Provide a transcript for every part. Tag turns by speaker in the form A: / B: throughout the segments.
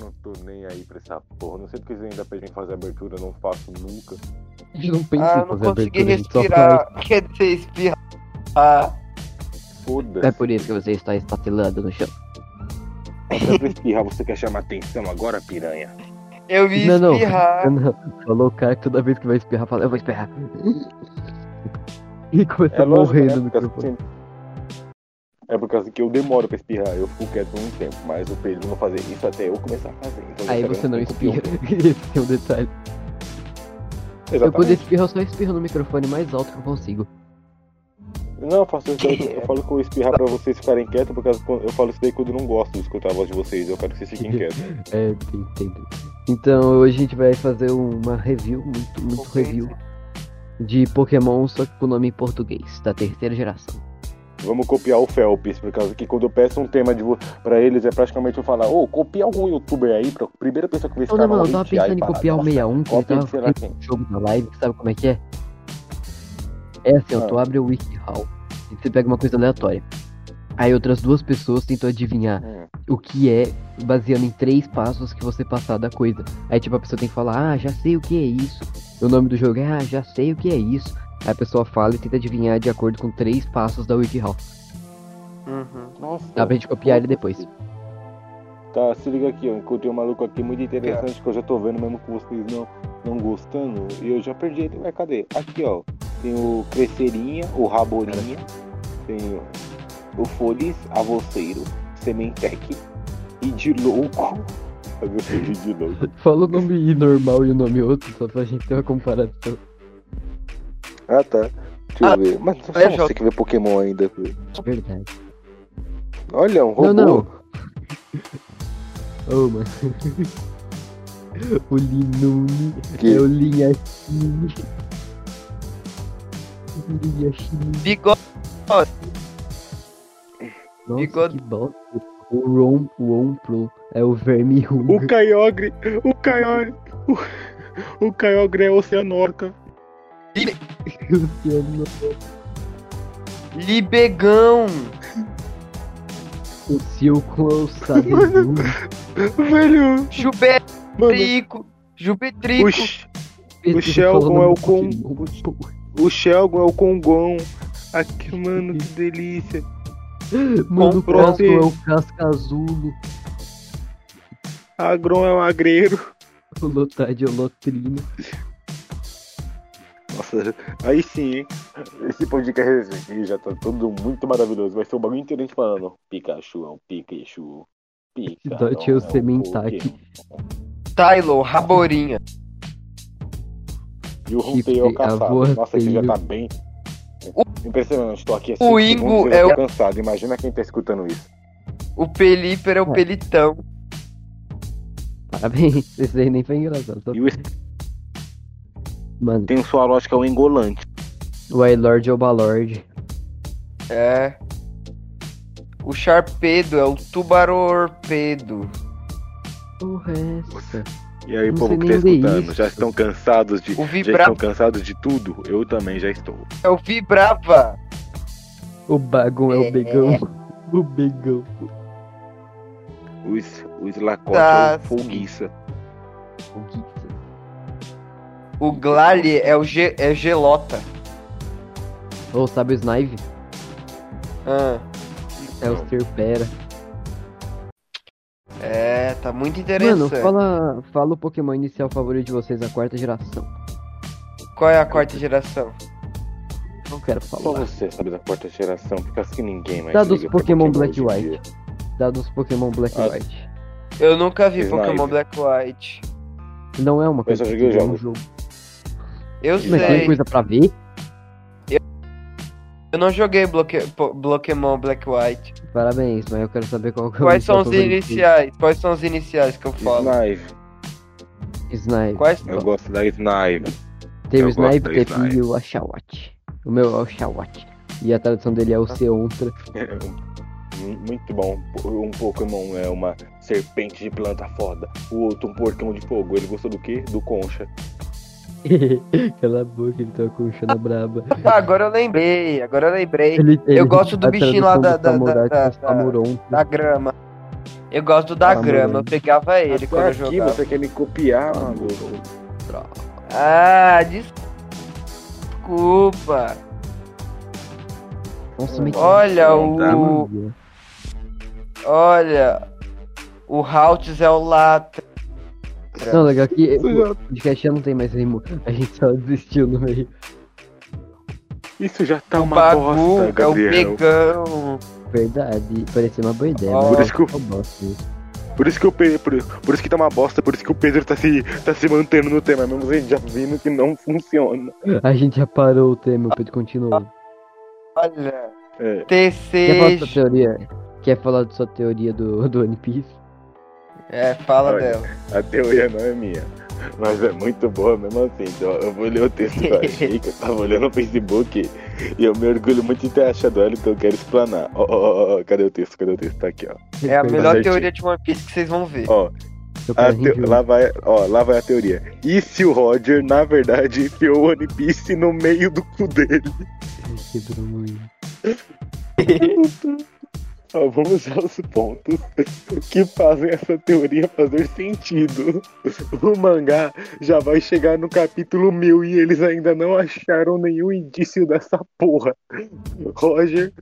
A: não tô nem aí pra essa porra. Não sei porque vocês ainda pedem fazer abertura, eu não faço nunca.
B: A gente não pensa
C: Ah,
B: em
C: eu não
B: fazer
C: consegui
B: abertura, a gente só fala-
C: respirar. Quer dizer, espirrar. Ah,
A: Foda-se.
B: É por isso que você está estatelando no chão.
A: Até pra espirrar, você quer chamar atenção agora, piranha?
C: eu ia
B: Não, não.
C: espirrar.
A: Ah.
B: Não, falou o cara que toda vez que vai espirrar, fala, eu vou espirrar. E começa a
A: lógico,
B: morrer Tá no
A: né? Porque
B: microfone.
A: assim- É por causa que eu demoro pra espirrar, eu fico quieto um tempo, mas o Pedro não fazer isso até eu começar a fazer. Então,
B: Aí
A: já tá
B: você
A: vendo
B: não
A: que eu-
B: espirra. Esse é um detalhe. Eu quando
A: Exatamente.
B: espirro, eu só espirro no microfone mais alto que eu consigo.
A: Não, eu faço isso daí, eu falo que eu vou espirrar pra vocês ficarem quietos, por causa que eu falo isso daí quando eu não gosto de escutar a voz de vocês, eu quero que vocês fiquem quietos.
B: É, tem, tem, tem. Então hoje a gente vai fazer uma review, muito, muito
C: Ok.
B: review, de Pokémon, só que com o nome em português, da terceira geração.
A: Vamos copiar o Felps, por causa que quando eu peço um tema de vo- pra eles, é praticamente eu falar, ô, copia algum youtuber aí, pra primeira pessoa que vê esse
B: Não, não,
A: canal.
B: não, eu
A: aí,
B: tava
A: tirar e
B: pensando em
A: parar.
B: copiar o
A: Nossa,
B: 61, que ele
A: Copia
B: tava
A: de sei lá
B: fazendo
A: quem.
B: um jogo na live, sabe como é que é? É assim, ó,
A: Ah.
B: tu abre o WikiHow e você pega uma coisa aleatória. Aí outras duas pessoas tentam adivinhar
A: Hum.
B: o que é, baseando em três passos que você passar da coisa. Aí tipo, a pessoa tem que falar, ah, já sei o que é isso. E o nome do jogo é, ah, já sei o que é isso. Aí a pessoa fala e tenta adivinhar de acordo com três passos da WikiHow.
C: Uhum.
A: Nossa.
B: Dá pra gente copiar ele depois.
A: Tá, se liga aqui, ó. Encontrei um maluco aqui muito interessante que eu já tô vendo mesmo que vocês não, não gostando. E eu já perdi ele. Ué, cadê? Aqui, ó. Tem o Cresceirinha, o Raborinha, tem o, o Folis, Avoceiro, Sementec e de louco. Eu gostei de de louco.
B: Fala o nome normal e o nome outro, só pra gente ter uma comparação.
A: Ah, tá. Deixa eu
C: Ah,
A: ver. Mas só
C: é,
A: você
C: Jota.
A: que vê Pokémon ainda. filho.
B: É Verdade.
A: Olha, um robô.
B: Não, não. Ô, mano. O Linuni
A: Que-
B: é o Linhachini. Linhachini.
C: Bigode.
B: Nossa,
C: Bigode.
B: que bosta. O Ron, o Ompro é o Vermihung.
A: O Kyogre, o Kyogre, o, o Kyogre é Oceanorca.
C: Libegão.
B: O Silco é o Sabidu.
A: Velho,
C: Jubetrico.
A: mano,
C: Jubetrico.
A: Oxi. O Shelgon é o com- O Shelgon é o Congon. Aqui, mano, que delícia.
B: Mano, o
A: Comprou
B: Casco é
A: esse.
B: o Cascazulo.
A: Agron é um agreiro.
B: O Lotad é o Lotrino.
A: Nossa, aí sim, hein? Esse podcast aqui já tá todo muito maravilhoso. Vai ser o bagulho inteiro a gente falando. Pikachu é um Pikachu. Pikachu.
B: Dot é o Sementaki.
C: Tylon. Raborinha.
A: E o Rompei é o
B: Chip, avô,
A: caçado. Nossa, aqui já
B: filho.
A: tá bem. Impressionante, tô aqui assim.
C: O Ingo é o-
A: cansado. Imagina quem tá escutando isso.
C: O Pelíper é o
B: É.
C: Pelitão.
B: Parabéns. Esse aí nem foi engraçado. só-
A: E o
B: Mano,
A: tem sua lógica, é o engolante.
B: o Ailord é o Balord.
C: É. O Sharpedo é o Tubarorpedo.
B: O resto.
A: E aí,
B: Não
A: povo
B: sei
A: que tá
B: nem ler
A: escutando,
B: isso.
A: já estão cansados de
C: O
A: Já estão
C: Vibrava
A: cansados de tudo? Eu também já estou.
C: é o Vibrava.
B: O Bagon é
C: É.
B: o Begão. O Begão.
A: Os, os lacotes
C: Tá,
A: ou folguiça.
B: O Gitsa.
C: O Glali é o Ge- é Gelota.
B: Ou sabe o Snipe?
C: Ah,
B: É
A: Então,
B: o Serpera.
C: é, tá muito
B: Mano,
C: interessante.
B: fala, fala o Pokémon inicial favorito de vocês, a quarta geração.
C: Qual é a quarta geração?
B: Não quero
A: Só
B: falar.
A: você sabe da quarta geração, porque assim ninguém mais.
B: Tá dos
A: liga pra
B: Pokémon
A: hoje
B: Black
A: em
B: White.
A: dia.
B: Dá dos Pokémon Black
A: Ah.
B: White.
C: Eu nunca vi
A: Sniper.
C: Pokémon Black White.
B: Não é uma
A: Mas
B: coisa.
A: eu joguei os
B: é um
A: jogos.
B: jogo.
C: Eu
A: é
B: Mas tem
C: sei.
B: coisa pra ver?
C: Eu não joguei Bloque- Po- Pokémon Black White.
B: Parabéns, mas eu quero saber qual que é o
C: Quais
B: inicial
C: são os
B: favorito.
C: iniciais? Quais são os iniciais que eu falo?
A: Snipe.
B: Snipe.
C: Quais
A: Eu gosto da Snipe.
B: Tem
A: Eu
B: o
A: gosto
B: Snipe,
A: do
B: Pepe
A: Snipe.
B: e o Ashawat. O meu é o Ashawat. E a tradução dele é
C: Ah.
B: o Seontra.
A: Muito bom. Um Pokémon é uma serpente de planta foda. O outro, um porcão de fogo. Ele gostou do quê? Do concha.
B: Cala a boca, ele tá com chana braba.
C: Tá, agora eu lembrei, agora eu lembrei.
B: Ele- tá ele-
C: gosto do
B: a
C: bichinho lá
B: tradução
C: da-
B: do
C: da-
B: Samurai
C: da-
B: com
C: da-
B: Samuronto.
C: Da grama. Eu gosto da
B: Ah,
C: grama, eu
B: mano.
C: pegava É, ele
A: Até
C: quando eu
A: Tá aqui
C: jogava.
A: você quer me copiar,
B: Ah,
A: mano.
C: Ah, desculpa.
B: Nossa, mas que-
C: Olha
A: Não dá,
C: o. Olha. O Haltz é o lata.
B: Não, legal que
A: Você
B: o
A: já-
B: podcast já não tem mais rimo. A gente só desistiu no meio.
A: Isso já tá
C: o
A: uma bosta,
C: Bagu, Um é o
A: Gabriel.
C: Pegão.
B: Verdade, parecia uma boa ideia.
C: Ó,
B: mas
A: por isso que eu-
B: é uma bosta isso.
A: Por isso que o Pedro, por, por isso que tá uma bosta, por isso que o Pedro tá se, tá se mantendo no tema, mesmo ele já vindo que não funciona.
B: A gente já parou o tema, o Pedro continuou.
C: Olha.
A: É.
B: Quer falar da sua
C: TC.
B: teoria? Quer falar da sua teoria do, do One Piece?
C: É, fala
A: Olha.
C: dela.
A: A teoria não é minha. Mas é muito boa mesmo assim. Então, eu vou ler o texto que eu achei, que eu tava olhando no Facebook. E eu me orgulho muito de ter achado ela, então eu quero explanar. Ó, ó, ó, ó, cadê o texto? Cadê o texto? Tá aqui, ó.
C: É a
B: Verdade.
C: melhor
A: Certinho.
C: teoria de One Piece que vocês vão ver.
A: Ó,
B: Seu
A: a
B: cara
A: te-
B: rendeu.
A: lá, vai, ó lá vai a teoria. E se o Roger, na verdade, enfiou o One Piece no meio do cu dele?
B: Ai, Quebrou muito.
A: Ó, vamos aos pontos que fazem essa teoria fazer sentido. O mangá já vai chegar no capítulo 1000 e eles ainda não acharam nenhum indício dessa porra. Roger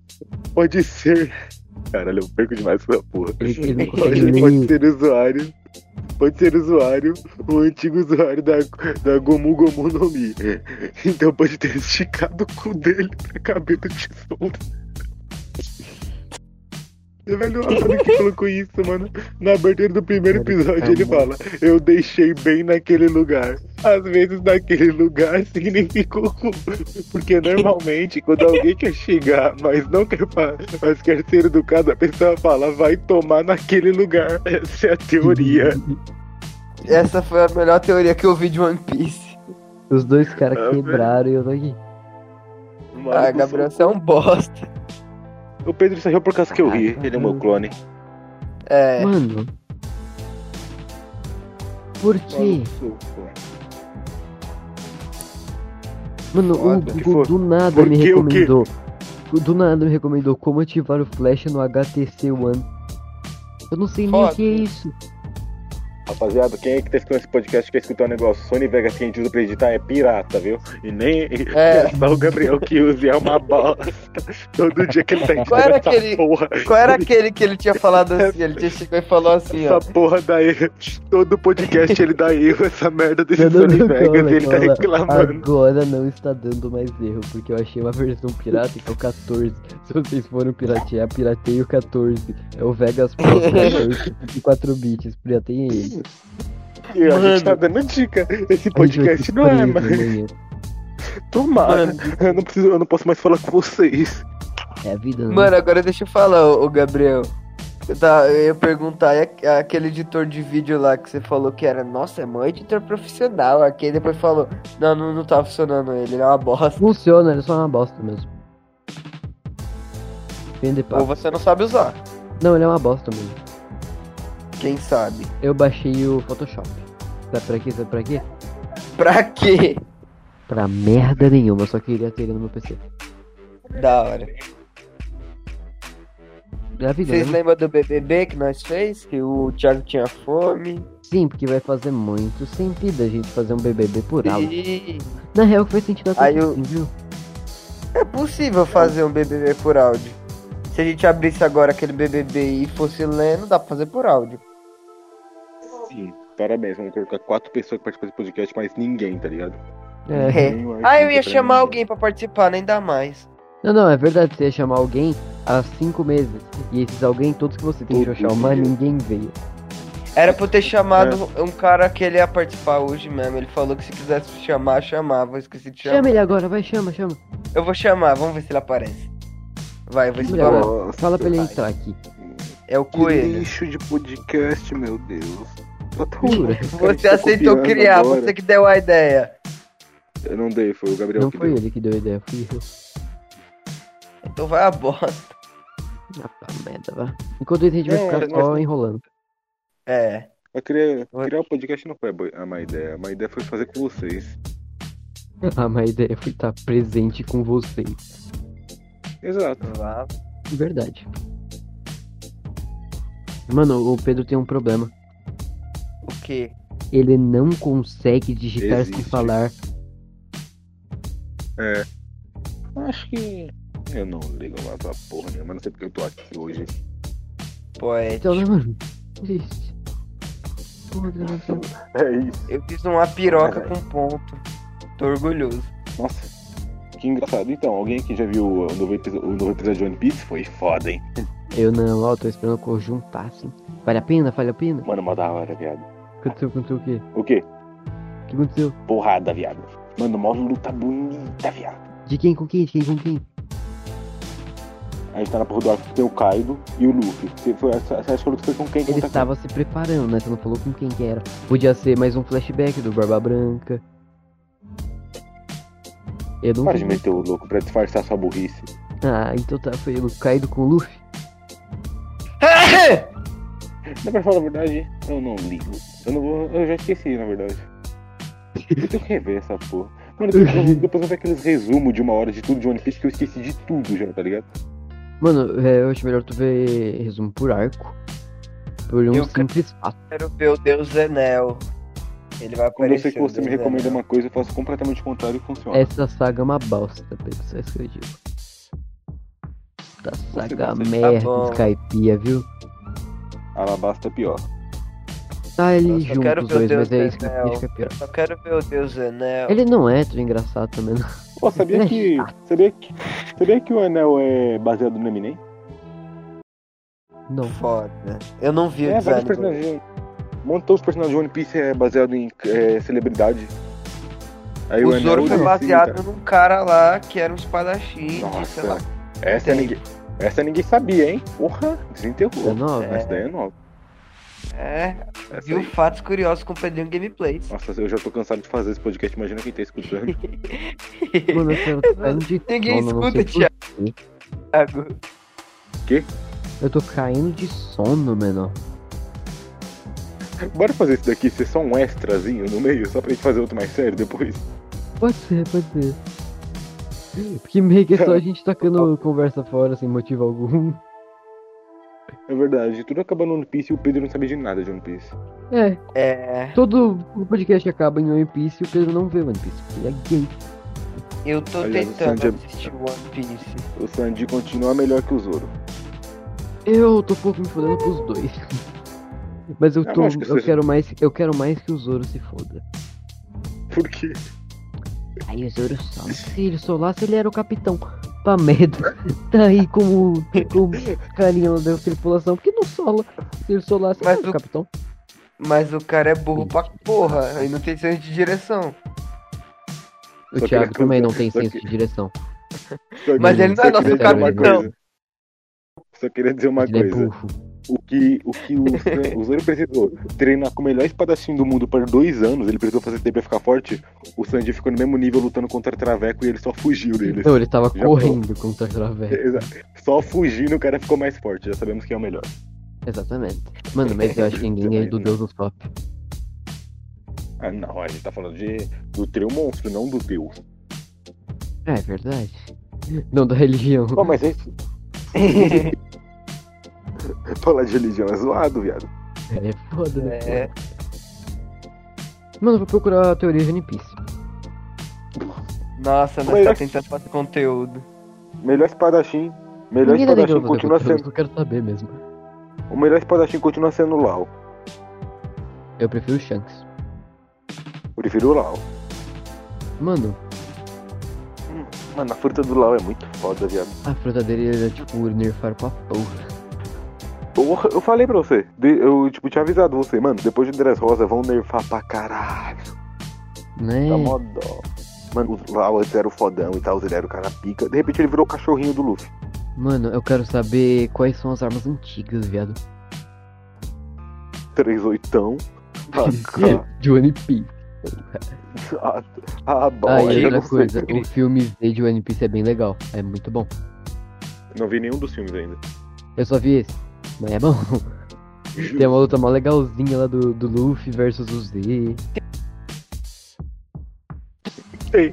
A: pode ser. Caralho, eu perco demais essa porra.
B: Ele- ele não consegue
A: Roger pode
B: nem.
A: ser usuário. Pode ser usuário, o antigo usuário da, da Gomu Gomu no Mi. Então pode ter esticado o cu dele pra caber do tesouro. E, Velho, olha que colocou isso, mano. Na abertura do primeiro
C: tá
A: episódio ele fala: Eu deixei bem naquele lugar. Às vezes naquele lugar significa o cu. Porque normalmente, quando alguém quer chegar, mas não quer, fa- mas quer ser educado, a pessoa fala: Vai tomar naquele lugar. Essa é a teoria.
C: Essa foi a melhor teoria que eu vi de One Piece.
B: Os dois caras
A: Ah,
B: quebraram e eu tô aqui.
C: Ah,
A: Maluco,
C: Gabriel, você é um bosta.
A: O Pedro saiu por causa que eu ri. Ele é
C: Ah,
A: meu clone.
C: É.
B: Mano. Por quê? Mano, o
A: Foda.
B: Google
A: Que
B: do nada
A: Por
B: me
A: que o quê?
B: recomendou. Do nada me recomendou como ativar o flash no HTC One. Eu não sei nem
C: Foda.
B: o que é isso.
A: Rapaziada, quem é que tá escutando esse podcast quer escutar um negócio Sony Vegas que a gente usa pra editar é pirata, viu? E nem
C: É.
A: só o Gabriel que usa e é uma bosta. Todo dia que ele tá editando
C: Qual era
A: essa
C: aquele-
A: porra.
C: Qual era aquele que ele tinha falado assim? Ele tinha chegou e falou assim, ó.
A: Essa porra da erro. Todo podcast ele dá erro, essa merda desse
B: Eu não
A: Sony
B: sei
A: Vegas
B: como
A: e ele tá
B: fala.
A: reclamando.
B: Agora não está dando mais erro, porque eu achei uma versão pirata que é o 14. Se vocês forem piratear, pirateei o 14. É o Vegas Pro 14, 4 bits, pirateiem ele.
A: E a
C: Ah, Mano.
A: gente tá dando dica. Esse
B: A gente vai ser
A: podcast não é,
B: preso
A: mas
B: amanhã.
A: tomara. Eu não, preciso, eu não posso mais falar com vocês.
B: É a vida, né?
C: Mano, agora deixa eu falar, ô ô Gabriel. Eu, tava- eu ia perguntar, e aque- aquele editor de vídeo lá que você falou que era, nossa, é mó editor profissional. Aqui depois falou, não, não, não tá funcionando ele, ele é uma bosta.
B: Funciona, ele só é uma bosta mesmo. Vende
C: Ou
B: papo.
C: você não sabe usar,
B: Não, ele é uma bosta mesmo.
C: quem sabe.
B: Eu baixei o Photoshop. Sabe pra quê? Sabe pra quê?
C: Pra quê?
B: Pra merda nenhuma, eu só queria ter ele no meu PC.
C: Da hora.
B: É a vida,
C: Vocês
B: né?
C: lembram do BBB que nós fez? Que o Thiago tinha fome?
B: Sim, porque vai fazer muito sentido a gente fazer um BBB por aula.
C: Sim.
B: Na real, faz sentido até
C: Aí
B: que
C: eu-
B: sim, viu?
C: É possível fazer um BBB por áudio. Se a gente abrisse agora aquele BBB e fosse lendo, dá pra fazer por áudio.
A: Sim, parabéns. Vamos colocar quatro pessoas que participam desse podcast, mas ninguém, tá ligado?
B: É.
C: É.
A: Nenhum
C: Ah, eu
A: artista pra
C: ia chamar
A: ninguém.
C: alguém pra participar, nem dá mais.
B: Não, não, é verdade, você ia chamar alguém há cinco meses. E esses alguém, todos que você tentou
A: Todo
B: chamar,
A: dia.
B: ninguém veio.
C: Era pra eu ter chamado
A: É.
C: um cara que ele ia participar hoje mesmo. Ele falou que se quisesse chamar, chamava. Eu esqueci de chamar.
B: Chama ele agora, vai, chama, chama.
C: Eu vou chamar, vamos ver se ele aparece. Vai, eu vou
B: Chama ele agora.
C: spamar.
A: Nossa,
B: Fala pra ele
A: vai.
B: entrar aqui.
C: É o
A: Que
C: Coelho.
A: lixo de podcast, meu Deus. Tô tão
B: Jura?
A: louco, cara,
C: Você
A: tô
C: aceitou
A: copiando
C: criar,
A: agora.
C: você que deu a ideia.
A: Eu não dei, foi o Gabriel
B: Não
A: que
B: foi
A: deu.
B: ele que deu a ideia, fui eu.
C: Então vai a bosta.
B: Ah, pá, merda, vá. Enquanto isso, a gente vai
A: Não,
B: ficar
A: mas-
B: só enrolando.
C: É.
A: Mas criar, criar o podcast não foi a boi- a má ideia. A má ideia foi fazer com vocês.
B: Ah, mas a ideia foi estar presente com vocês.
A: Exato.
C: Lá.
B: Verdade. Mano, o Pedro tem um problema.
C: O quê?
B: Ele não consegue digitar sem
A: Existe.
B: falar.
A: É. Acho que. Eu não ligo mais pra porra nenhuma, não sei porque eu tô aqui hoje.
C: Poético. é,
B: Então, né, mano? Triste. Porra, Deus do céu.
A: É isso.
C: tipo, Eu fiz uma piroca
B: É,
C: com ponto. Tô orgulhoso.
A: Nossa. Que engraçado. Então, alguém aqui já viu o novo, episo- o novo episódio de One Piece? Foi foda, hein?
B: Eu não, ó, tô esperando que eu juntasse. Vale a pena? Vale a pena?
A: Mano, mó da hora, viado.
B: O que aconteceu? Aconteceu o quê?
A: O quê?
B: O que aconteceu?
A: Porrada, viado. Mano, mó luta bonita, viado.
B: De quem com quem? De quem com quem?
A: A gente tá na porra do arco, tem o Kaido e o Luffy. Você, foi, você acha que o Luffy foi com quem?
B: Ele
A: Conta
B: estava se preparando, né? Você não falou com quem que era. Podia ser mais um flashback do Barba Branca. Eu não
A: Para de
B: vi.
A: meter o louco pra disfarçar sua burrice.
B: Ah, então tá, foi o Kaido com o Luffy.
A: Não, pra falar a verdade, eu não ligo. Eu não vou. Eu já esqueci, na verdade. Eu tenho que rever essa porra. Mano, depois, depois eu ver aqueles resumos de uma hora de tudo de One Piece que eu esqueci de tudo já, tá ligado?
B: Mano, é, eu acho melhor tu ver resumo por arco. Por um
C: Eu quero-
B: simples fato.
C: Quero ver o Deus Enel. Ele vai
A: Quando eu
C: aparecer.
A: sei que você
C: o
A: me
C: Deus
A: recomenda
C: Enel.
A: uma coisa, eu faço completamente o contrário e funciona.
B: Essa saga é uma bosta, Pedro. Só isso que eu digo. Essa saga é uma
A: gosta de-
B: merda,
C: bom.
B: Skypeia, viu?
A: Alabasta é pior.
B: Tá
C: Eu
B: ali
C: só
B: junto
C: quero
B: os
C: ver o
B: dois,
C: Deus
B: mas é
C: do
B: isso que
C: céu.
B: eu fica pior.
C: Só quero ver o Deus Enel.
B: Ele não é tão engraçado também, não.
A: Pô, sabia
B: É
A: que. Sabia que. Sabia que o Anel é baseado no Eminem?
B: Não.
C: Foda. Eu não vi o
A: É, vários
C: design. dele.
A: personagens. Montou os personagens de One Piece é baseado em é, celebridade. Aí
C: O
A: Enel
C: Zoro foi
A: decide,
C: baseado num cara lá que era um espadachim. de, sei
A: Nossa,
C: lá.
A: essa
C: Tem.
A: ninguém, essa ninguém sabia, hein? Porra, desenterrou.
B: É nova?
A: Essa daí é nova.
C: É,
A: Essa
C: viu
A: aí.
C: fatos curiosos com o Pedrinho Gameplays.
A: Nossa, eu já tô cansado de fazer esse podcast, imagina quem tá escutando.
B: Mano, eu tô caindo de
C: Ninguém
B: sono, não
C: escuta,
B: sei por-
C: Thiago.
B: Eu tô caindo de sono, menor.
A: Bora fazer isso daqui, ser só um extrazinho no meio, só pra gente fazer outro mais sério depois.
B: Pode ser, pode ser. Porque meio que é só a gente tacando conversa fora sem motivo algum.
A: É verdade, tudo acabando no One Piece e o Pedro não sabe de nada de One Piece.
B: É,
C: É,
B: todo o podcast acaba em One Piece e o Pedro não vê One Piece, porque ele é gay.
C: eu tô
A: Aliás, o
C: tentando
A: Sandy é-
C: assistir One Piece.
A: O Sandy continua melhor que o Zoro.
B: Eu tô um pouco me fodendo pros dois. Mas eu
A: Eu
B: tô.
A: acho que
B: Eu,
A: você-
B: quero mais. Eu quero mais que o Zoro se foda.
A: Por quê?
B: Aí o Zoro só. Se ele solasse, ele era o capitão. Pra merda. Tá aí como. como carinha lá da tripulação. Porque não sola. Se ele solasse, ele
C: Mas
B: era o
C: o-
B: capitão.
C: Mas o cara é burro pra porra, aí não tem senso de direção.
B: O
A: Só que
B: Thiago
A: ele- é um
B: também não tem
A: só
B: senso
A: que-
B: de direção.
A: Só
C: Mas
A: que-
C: ele não
A: só
C: é nosso
A: queria dizer uma
B: capitão.
A: coisa. Só queria dizer uma
B: Ele é
A: coisa.
B: burro.
A: O que o, que o, San- o Zoro precisou treinar com o melhor espadachim do mundo por dois anos, ele precisou fazer tempo pra ficar forte. O Sandy ficou no mesmo nível lutando contra Traveco e ele só fugiu deles.
B: Não, ele tava
A: Já
B: correndo contra a Traveco.
A: Exa- Só fugindo o cara ficou mais forte, já sabemos quem é o melhor.
B: Exatamente. Mano, mas eu acho que ninguém ganha do Deus do Top.
A: Ah, não, a gente tá falando de, do teu monstro, não do teu.
B: É verdade. Não da religião.
A: Pô, mas é isso.
C: É.
A: Falar de religião é zoado, viado.
B: É foda, né?
C: É.
B: Mano, eu vou procurar a teoria de One Piece.
C: Nossa, nós
A: Mas
C: tá
A: eu-
C: tentando fazer conteúdo.
A: Melhor espadachim. Melhor
B: Ninguém tá
A: espadachim
B: ligando pra
A: continua
B: fazer conteúdo,
A: sendo.
B: eu quero saber mesmo.
A: O melhor espadachim continua sendo o Lau.
B: Eu prefiro o Shanks.
A: Eu prefiro o Lau.
B: Mano,
A: Mano, a fruta do Lau é muito foda, viado.
B: a fruta dele era tipo nerfar pra porra.
A: Porra, eu falei pra você. de- eu, tipo, tinha avisado você, mano. Depois de Dress Rosa vão nerfar pra caralho.
B: Né?
A: Tá mó dó. Mano, o Lau antes era o fodão e tal, ele era o cara pica. De repente ele virou o cachorrinho do Luffy.
B: Mano, eu quero saber quais são as armas antigas, viado.
A: Três oitão. Ah, Tá, A,
B: De One Piece.
A: a, a, a bola,
B: Ah,
A: tá eu
B: e
A: não
B: outra
A: sei.
B: coisa, o filme Z de One Piece é bem legal. É muito bom.
A: Não vi nenhum dos filmes ainda.
B: Eu só vi esse. Mas é bom. Tem uma luta mó legalzinha lá do, do Luffy versus o Z.
A: Ei.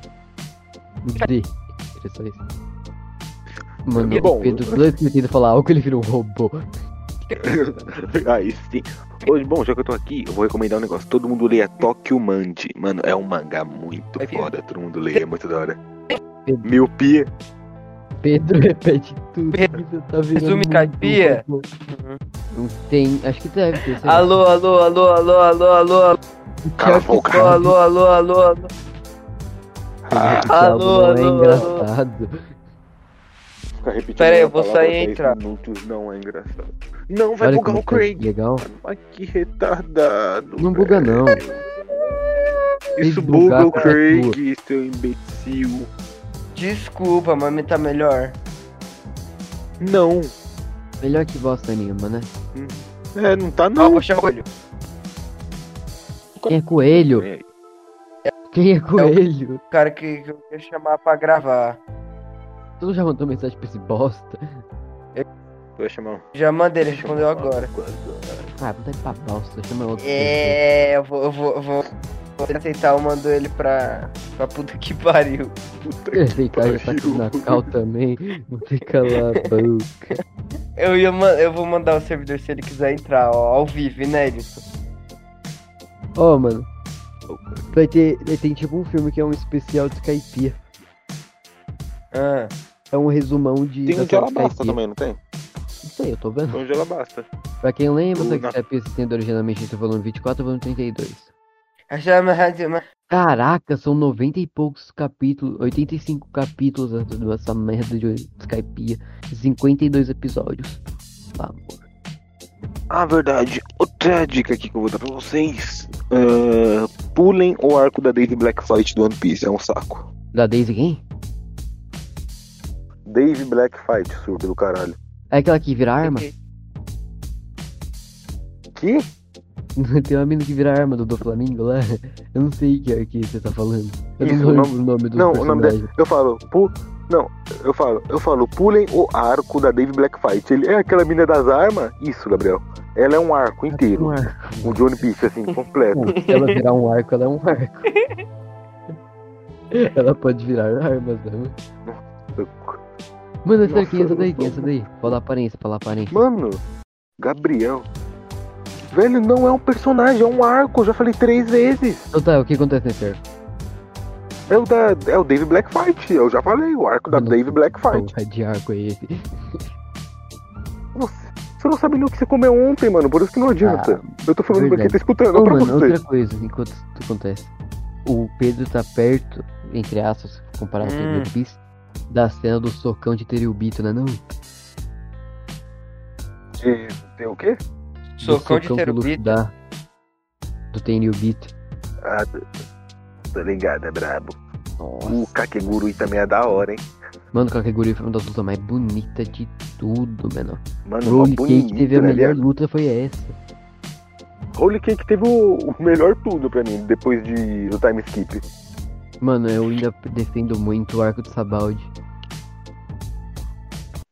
B: O Z. Era só isso. Mano,
A: E bom,
B: o Pedro, toda vez que ele tenta falar algo, ele vira um robô.
A: Aí sim. Hoje, bom, já que eu tô aqui, eu vou recomendar um negócio. Todo mundo leia Tokyo Manji. Mano, é um mangá muito
C: Vai, filho.
A: foda. Todo mundo lê, é muito da hora. Miopia.
B: Pedro repete tudo que você tá virando.
C: Resume
B: muito
C: caipia?
B: bom. Não tem. Acho que deve ter. sei lá.
C: Alô, alô, alô, alô, alô, alô, alô,
A: Cala a boca.
C: alô, alô, alô, alô.
A: Ah,
B: Esse álbum
C: Alô,
B: não é
C: alô,
B: engraçado.
A: fica repetindo.
C: Pera aí, eu
A: uma
C: vou
A: palavra
C: sair e
A: dez
C: entrar.
A: Minutos, não é engraçado. Não vai
B: Olha
A: bugar
B: como
A: o
B: tá
A: Craig.
B: Legal.
A: Ai, que retardado.
B: Não buga,
A: velho.
B: não.
A: Isso
B: Tem que bugar,
A: buga o
B: cara,
A: Craig, seu imbecil.
C: Desculpa, mami tá melhor.
A: Não.
B: Melhor que bosta nenhuma, né?
A: É, não tá
C: Ó,
A: não.
C: puxa o olho.
B: Quem é coelho?
A: É,
B: Quem é coelho?
C: O cara que, que eu ia chamar pra gravar.
B: Tu já mandou mensagem pra esse bosta?
A: Vou chamar. um
C: Já mandei, ele respondeu agora.
B: Ah, não tá pra bosta, chama outro.
C: É, eu vou, eu vou, eu vou, vou aceitar, eu mando ele pra, pra puta que pariu.
A: Puta que
B: Aceitar já tá aqui na
A: pariu.
B: cal também. Não fica lá, boca.
C: Eu, ia, ma- eu vou mandar o servidor se ele quiser entrar, ó, ao vivo, né, inédito.
B: Ó, mano. Vai ter. vai- Tem tipo um filme que é um especial de caipia.
C: Ah,
B: É um resumão de.
A: Tem
B: da
A: um de
B: sala de
A: alabasta
B: caipira.
A: também, não tem?
B: Não sei, eu tô vendo.
A: Tem um de alabasta.
B: Pra quem lembra,
A: Uh,
B: só que
A: na-
B: caipia se tem originalmente entre o volume 24 tá e o volume 32.
C: já me rádio, mas-
B: Caraca, são 90 e poucos capítulos, 85 capítulos dessa merda de Skypia, 52 episódios. Tá, amor.
A: Ah, verdade. Outra dica aqui que eu vou dar pra vocês. Ah, pulem o arco da Daisy Blackfight do One Piece. É um saco.
B: Da Daisy quem?
A: Daisy Blackfight, surdo do caralho.
B: É aquela que vira arma?
A: Que?
B: Tem uma mina que vira arma do, do Flamengo lá. Eu não sei que arco que você tá falando. Eu
A: Isso,
B: não
A: o
B: lembro
A: nome-
B: o nome do
A: Não, o nome é
B: personagem.
A: dela. Eu falo, pu... Não, eu falo, eu falo, pulem o arco da Daisy Blackfight. Ele é aquela mina das armas? Isso, Gabriel. Ela é um arco
B: Um
A: inteiro.
B: arco.
A: Um de One Piece, assim, completo.
B: Se ela virar um arco, ela é um arco. ela pode virar armas, né? Mano,
A: Nossa,
B: essa daqui, essa
A: eu
B: daí,
A: tô-
B: essa daí. Fala a aparência, fala a aparência.
A: Mano, Gabriel. Velho, não é um personagem, é um arco. Eu já falei três vezes.
B: Então tá, o que acontece nesse arco?
A: É o, da, é o Dave Blackfight. Eu já falei, o arco da
B: Não.
A: Dave Blackfight.
B: Porra de arco é esse?
A: Nossa, você não sabe nem o que você comeu ontem, mano. Por isso que não adianta. eu tô falando pra
B: Ah, verdade.
A: quem tá escutando,
B: Ô,
A: não pra
B: mano,
A: você.
B: outra coisa, enquanto isso acontece. O Pedro tá perto, entre aspas, comparado com
C: Hum.
B: o Piece, da cena do socão de Teriubito, né não?
A: De, de o quê?
C: Socão
B: do socão
C: de
B: que o Luffy
C: terubito.
B: dá. Do Teriubito.
A: Ah, tô ligado, é brabo. O
B: Nossa.
A: Kakegurui também é da hora, hein?
B: Mano, com a categoria foi uma das lutas mais bonitas de tudo, mano.
A: Mano,
B: Roll Cake
A: bonito,
B: teve a
A: né,
B: melhor
A: viado?
B: luta, foi essa.
A: Holy Cake teve o, o melhor tudo pra mim, depois de o time skip.
B: Mano, eu ainda defendo muito o arco do Sabaldi.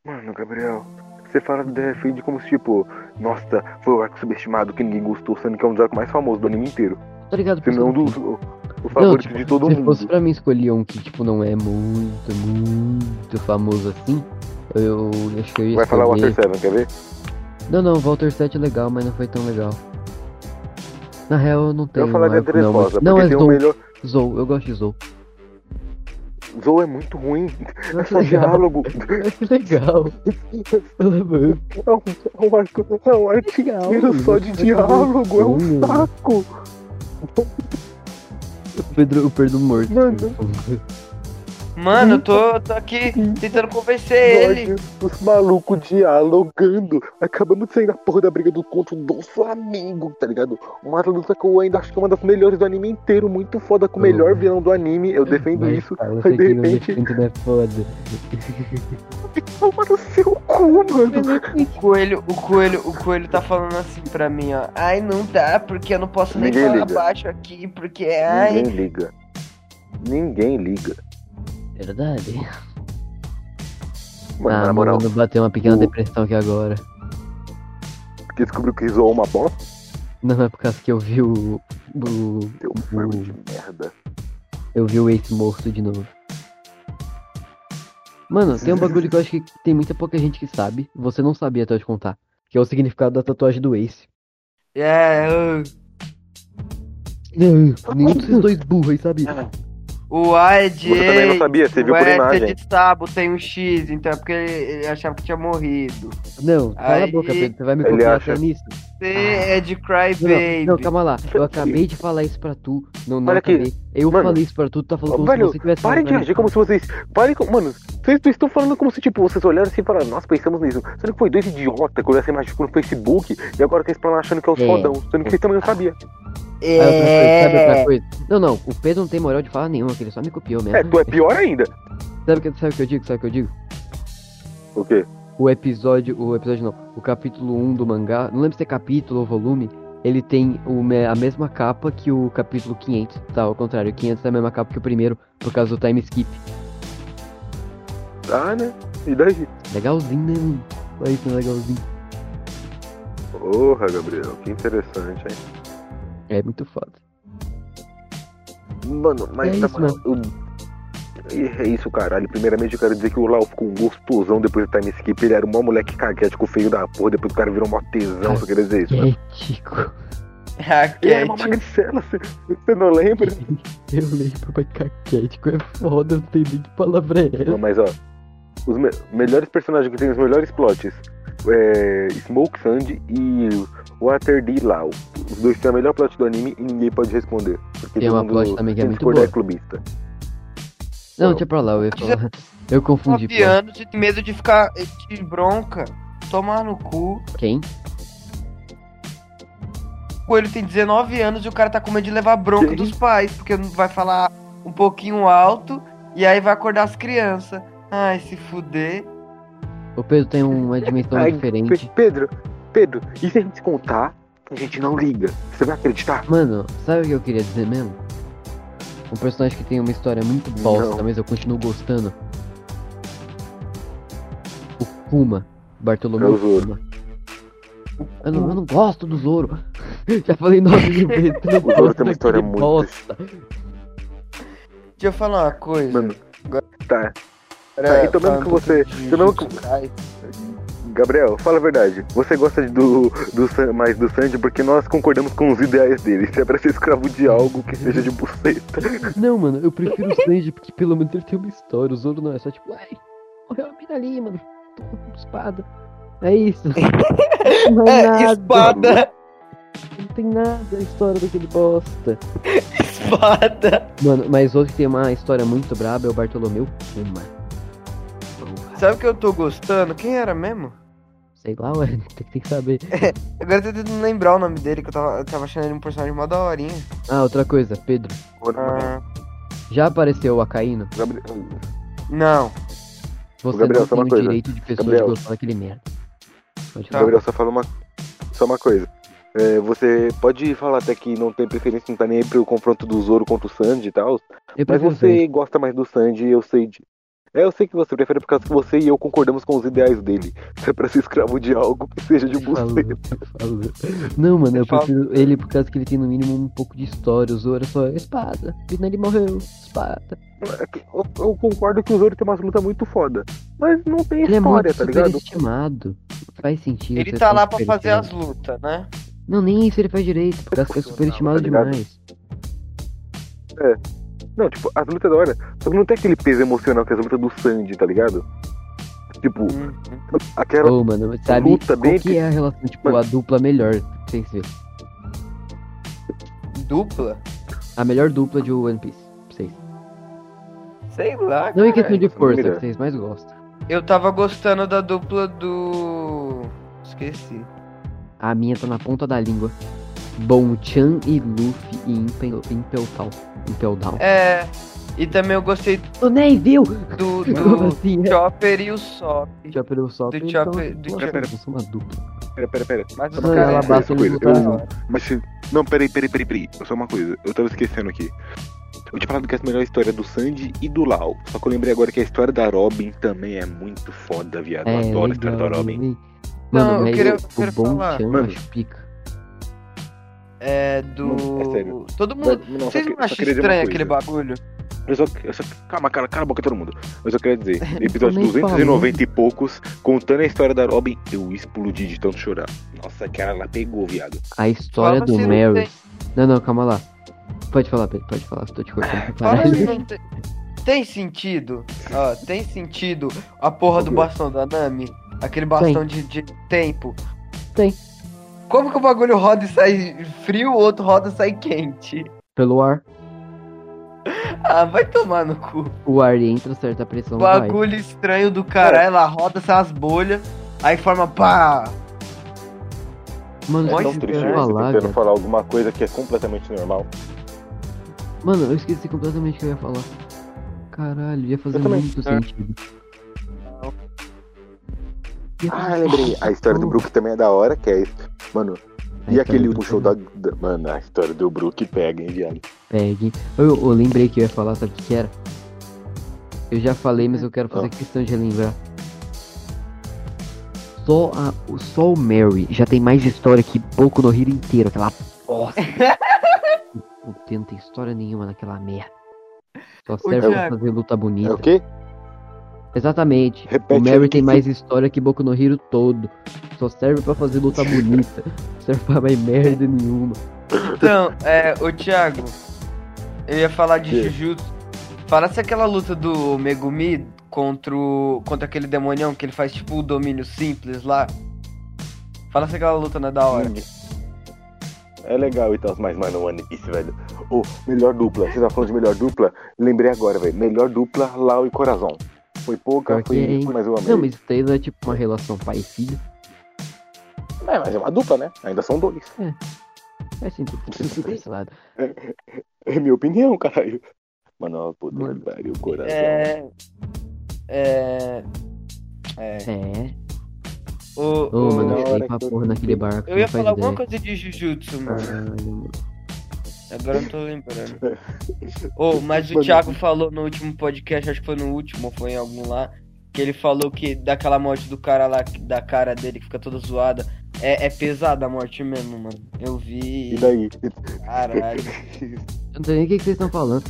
A: Mano, Gabriel, você fala do Defend como se, tipo, nossa, foi o arco subestimado que ninguém gostou, sendo que é um dos arcos mais famosos do anime inteiro.
B: Tá ligado?
A: Se não do, o, o favorito de todo
B: tipo, Se
A: mundo.
B: fosse pra mim escolher um que, tipo, não é muito, muito famoso assim, eu acho que eu ia
A: Vai falar
B: escolher...
A: Water Seven, quer ver?
B: Não, não, Walter 7 é legal, mas não foi tão legal. Na real, eu não tenho.
A: eu falaria
B: arco, não,
A: Dreyfosa,
B: mas...
A: porque
B: não é
A: tem o
B: Zou.
A: melhor.
B: Zou, eu gosto de Zou.
A: Zou é muito ruim,
B: Eu
A: é
B: acho
A: só
B: legal.
A: diálogo.
B: Eu acho legal. Pelo amor.
A: É um, é um arco, é um arco inteiro só de diálogo, é um saco.
B: O Pedro, o Pedro morto.
A: Mano.
C: Mano, eu
A: Então,
C: tô, tô aqui tentando convencer ele.
A: Nós, Os malucos dialogando. Acabamos de sair da porra da briga do conto do Flamengo, tá ligado? Uma luta que eu ainda acho que é uma das melhores do anime inteiro. Muito foda,
B: Uhum.
A: com o melhor vilão do anime. Eu defendo
B: Mas
A: isso.
B: fala,
A: aí,
B: você
A: de
B: que não
A: repente-
B: defende, né, foda.
A: Toma no seu cu, mano.
C: O coelho, o coelho, o coelho tá falando assim pra mim, ó. Ai, não dá, porque eu não posso nem
A: Ninguém
C: falar
A: liga.
C: baixo aqui, porque ai.
A: liga. Ninguém liga.
B: Verdade.
A: Mano,
B: ah,
A: na moral,
B: mano, bateu uma pequena
A: o-
B: depressão aqui agora.
A: porque descobriu que zoou uma bosta.
B: Não é por causa que eu vi o. o
A: Teu filme de um
B: Uhum.
A: merda.
B: eu vi o Ace morto de novo. Mano, tem um bagulho que eu acho que tem muita pouca gente que sabe. Você não sabia até eu te contar. que é o significado da tatuagem do Ace.
C: É, o,
B: Nenhum desses dois burros aí, sabe?
C: o A é de.
A: Você também não sabia, você viu
C: o
A: por
C: S
A: imagem.
C: é de Sabo, tem um X, então é porque ele, ele achava que tinha morrido.
B: Não, cala
C: Aí-
B: a boca, Pedro, você vai me
A: Ele
B: confiar
A: acha-
B: até nisso?
C: C
A: Ah.
C: é de Cry
B: Não,
C: Baby.
B: Não, não, calma lá, eu acabei de falar isso pra tu. Não, não
A: Olha aqui,
B: acabei. Eu
A: mano.
B: falei isso pra tu, tu tá falando como
A: Velho,
B: se você tivesse
A: Parem
B: falado
A: de
B: pra mim.
A: agir como se vocês. Parem com. Mano, vocês vocês estão falando como se, tipo, vocês olharam assim e falaram, nós pensamos nisso. Sendo que foi dois idiotas que olharam essa imagem tipo, no Facebook e agora estão falando achando que é o
B: É. Uhum.
A: fodão. Sendo que vocês também não sabiam. É.
B: Aí outra coisa, sabe outra
C: É.
B: coisa? Não, não, o Pedro não tem moral de falar nenhuma, que ele só me copiou mesmo.
A: É, tu é pior ainda.
B: Sabe o que, sabe o que eu digo? Sabe o que eu digo?
A: O quê?
B: O episódio, o episódio não, o capítulo 1 do mangá, não lembro se é capítulo ou volume, ele tem o me- a mesma capa que o capítulo 500, tá? Ao contrário, o 500 é a mesma capa que o primeiro, por causa do time skip.
A: Ah, né? E daí?
B: Legalzinho, né, mano? Olha isso, né, legalzinho.
A: Porra, Gabriel, que interessante, hein?
B: É muito foda.
A: Mano, mas
B: É
A: na
B: isso,
A: moral, eu- E É isso, caralho. Primeiramente, eu quero dizer que o Lau ficou um gostosão depois do time skip. Ele era um mó moleque caguético feio da porra. Depois o cara virou mó tesão. Só queria dizer isso, mano.
B: É, tipo- Tico.
A: Ele era
C: Raquete.
A: uma magricela, você você não lembra?
B: Eu lembro, mas caquético é foda, eu não sei nem que palavra é
A: Não,
B: essa.
A: mas ó, os me- melhores personagens que tem os melhores plots é Smoke Sand e Water D Lau. Os dois têm a melhor plot do anime e ninguém pode responder. Porque
B: Tem
A: todo
B: uma
A: mundo-
B: plot também que é
A: quem
B: muito
A: discordar
B: boa.
A: é clubista.
B: Não, deixa pra lá, eu ia falar. Eu confundi, pô.
C: Copiando, você tem medo de ficar de bronca. Tomar no cu.
B: Quem?
C: Pô, ele tem 19 anos e o cara tá com medo de levar bronca
A: Sim.
C: dos pais, porque não vai falar um pouquinho alto e aí vai acordar as crianças. Ai, se fuder.
B: O Pedro tem uma dimensão
A: Ai,
B: diferente.
A: Pe- Pedro, Pedro, e se a gente contar, a gente não liga. Você vai acreditar?
B: Mano, sabe o que eu queria dizer mesmo? Um personagem que tem uma história muito bosta,
A: Não.
B: mas eu continuo gostando. O Kuma.
A: É
B: Bartolomeu
A: o Zoro.
B: Kuma. Eu não, eu não gosto do Zoro. Já falei nove mil vezes. eu não
A: O Zoro
B: gosto
A: tem uma história
B: daquele
A: muito
B: bosta.
C: Deixa eu falar uma coisa.
A: Mano, tá.
C: Pra-
A: tá, então mesmo
C: falando
A: que
C: um
A: você-
C: pouquinho de
A: então mesmo
C: Jujutsu Kaisen.
A: Gabriel, fala a verdade. Você gosta de- do, do San- mais do Sandy porque nós concordamos com os ideais dele. Se é pra ser escravo de algo que seja de buceta.
B: Não, mano, eu prefiro o Sanji porque pelo menos ele tem uma história. O Zoro não é só tipo, ai, morreu uma mina ali, mano. Tô com espada. É isso. Não é,
C: É,
B: nada.
C: espada,
B: Não tem nada a história daquele bosta.
C: espada.
B: Mano, mas outro que tem uma história muito braba é o Bartolomeu Kuma. Porra,
C: Sabe o que eu tô gostando? Quem era mesmo?
B: Sei lá, ué, tem, tem que saber.
C: Agora eu tô tentando lembrar o nome dele, que eu tava, eu tava achando ele um personagem mó daorinha.
B: Ah, outra coisa, Pedro.
C: Ah,
B: Já apareceu o Acaíno?
A: Gabriel,
C: não.
B: Você
A: Gabriel, só uma
B: não tem
A: coisa.
B: o direito de pessoas
A: Gabriel.
B: gostar daquele merda. Pode
C: Tá.
B: falar.
A: Gabriel, só fala uma, só uma coisa. É, você pode falar até que não tem preferência, não tá nem aí pro confronto do Zoro contra o Sandy e tal.
B: Eu
A: Mas
B: prefiro o
A: você gosta mais do Sandy, eu sei de. É, eu sei que você prefere por causa que você e eu concordamos com os ideais dele. Se é pra ser escravo de algo que seja de
B: Falou,
A: buceta.
B: falou. Não, mano, eu
C: Fala.
B: prefiro ele por causa que ele tem no mínimo um pouco de história. O Zoro é só espada. Pina ele morreu, espada.
A: Eu, eu concordo que o Zoro tem umas lutas muito foda. Mas não tem
B: Ele é
A: história,
B: muito
A: tá ligado?
B: superestimado. Não Faz sentido.
C: Ele
B: ser
C: tá
B: tão
C: lá pra fazer
B: superestimado.
C: as lutas, né?
B: Não, nem isso ele faz direito, porque é
A: Funcional,
B: superestimado
A: tá ligado?
B: demais.
A: Não, tipo, as lutas da hora. Só que não tem aquele peso emocional que é as lutas do Sandy, tá ligado? Tipo,
C: Hum,
A: aquela.
B: Ô, mano, mas sabe
A: luta
B: qual
A: bem
B: que
A: que-
B: é a relação, tipo,
A: Mano.
B: a dupla melhor, sem ver.
C: Dupla?
B: A melhor dupla de One Piece. pra Vocês.
C: Sei lá,
B: Não
A: É,
B: em
C: cara.
B: questão de força,
A: melhor.
B: que vocês mais gostam.
C: Eu tava gostando da dupla do. Esqueci.
B: A minha tá na ponta da língua. Bonchan e Luffy e Impel, Impel Down. Impel Down.
C: É. E também eu gostei
B: Tu nem viu!
C: do,
B: Como
C: do
B: assim?
C: Chopper e o Sop.
B: Chopper e o Sop.
C: Do
B: eles são-
C: Chopper- do
B: então, Nossa,
A: Chopper.
B: eles são uma dupla.
A: Pera, pera, pera.
C: Mas os
B: Não, ela
C: caras.
B: bate
A: Essa coisa,
B: no
A: eu-
B: Luffy.
A: Mas se- Não, peraí, peraí, peraí, peraí. Só uma coisa, eu tava esquecendo aqui. Eu tinha falado que essa melhor história é do Sandy e do Lau. Só que eu lembrei agora que a história da Robin também é muito foda, viado. Eu
B: É,
A: adoro a história da
B: legal,
A: Robin.
B: hein?
C: Não,
B: Mano,
C: eu
B: mas
C: queria- eu
B: o
C: queria falar.
B: Bonchan eu
A: Mano.
B: acho pica.
C: É do.
A: Não, é sério.
C: Todo mundo.
A: Não, só
C: Vocês
A: que-
C: não
A: só
C: acham
A: queria dizer uma
C: estranho
A: coisa.
C: aquele bagulho?
A: Eu só, eu só, calma, cara, cala a boca todo mundo. Eu só queria dizer, episódio
B: nem
A: 290
B: falando.
A: e poucos, contando a história da Robin, eu explodi de tanto chorar. Nossa, cara, ela pegou, viado.
B: A história
C: Fala
B: do
C: se não
B: Mary.
C: tem-
B: Não, não, calma lá. Pode falar, Pedro, pode falar. Tô te cortando pra
C: Fala
B: caralho.
C: se não tem. Tem sentido? Ó, tem sentido a porra do bastão da Nami? Aquele bastão de, de tempo?
B: Tem.
C: Como que o bagulho roda e sai frio, o outro roda e sai quente?
B: Pelo ar,
C: Ah, vai tomar no cu.
B: o ar entra, certa pressão vai.
C: Bagulho estranho do caralho, ela roda, sai as bolhas, aí forma pá!
B: Mano,
C: É
B: eu
C: tão
B: esqueci
A: triste né,
B: de
A: ver você
B: falar,
A: tentando
B: velho.
A: falar alguma coisa que é completamente normal.
B: Mano, eu esqueci completamente o que eu ia falar. Caralho, ia fazer
A: Eu também.
B: muito sentido. Ia
A: Ah,
B: fazer
A: lembrei.
B: sentido.
A: A história do Brook também é da hora, que é isso. Mano,
B: Aí,
A: e aquele
B: tá,
A: último show da, da- Mano, a história do Brook pega, hein, viado.
B: Pegue. Eu, eu lembrei que eu ia falar, sabe o que que era? Eu já falei, mas eu quero fazer
A: Ah.
B: questão de relembrar. Só, a, o- só o Mary já tem mais história que pouco no Rio inteiro, aquela bosta. não tem- não tem história nenhuma naquela merda. Só serve pra
C: Thiago.
B: fazer luta
A: É
B: bonita.
A: o quê?
B: Exatamente.
A: Repete
B: o Mary
A: aí,
B: tem
A: que
B: mais história que Boku no Hero todo. Só serve pra fazer luta bonita. Não serve pra mais merda nenhuma.
C: Então, é, ô Thiago, eu ia falar de
A: Que?
C: Jujutsu. Fala se aquela luta do Megumi contra, o, contra aquele demonião que ele faz tipo o domínio simples lá. Fala se aquela luta não é da hora.
A: Hum, É legal e tal, mas, mano, One Piece, velho. Ô, melhor dupla. Você tá falando de melhor dupla? Lembrei agora, velho. Melhor dupla, Lau e Corazon. Foi pouca,
B: Pior que é,
A: foi,
B: hein?
A: mas eu amei.
B: Não, mas isso daí não é tipo uma relação pai e filho.
A: É, mas é uma dupla, né? Ainda são dois.
B: Faz sentido você por esse lado.
A: É minha opinião, caralho. Mano, puta
B: Mano.
A: que pariu, Corazon.
C: É. É. É.
B: É.
C: O,
B: Ô,
C: o-
B: mano, eu
A: da
B: fiquei
A: hora
B: pra
A: que eu
B: porra naquele barco.
C: eu ia
B: não faz
C: falar alguma
B: ideia.
C: coisa de Jujutsu, mano.
B: Caralho, mano.
C: Agora eu não tô lembrando. Ô, mas o
A: Mano.
C: Thiago falou no último podcast, acho que foi no último, ou foi em algum lá, que ele falou que daquela morte do cara lá, que- da cara dele que fica toda zoada, é, é pesada a morte mesmo, mano. Eu vi.
A: E daí?
C: Caralho.
B: Eu não sei nem o que que vocês estão falando.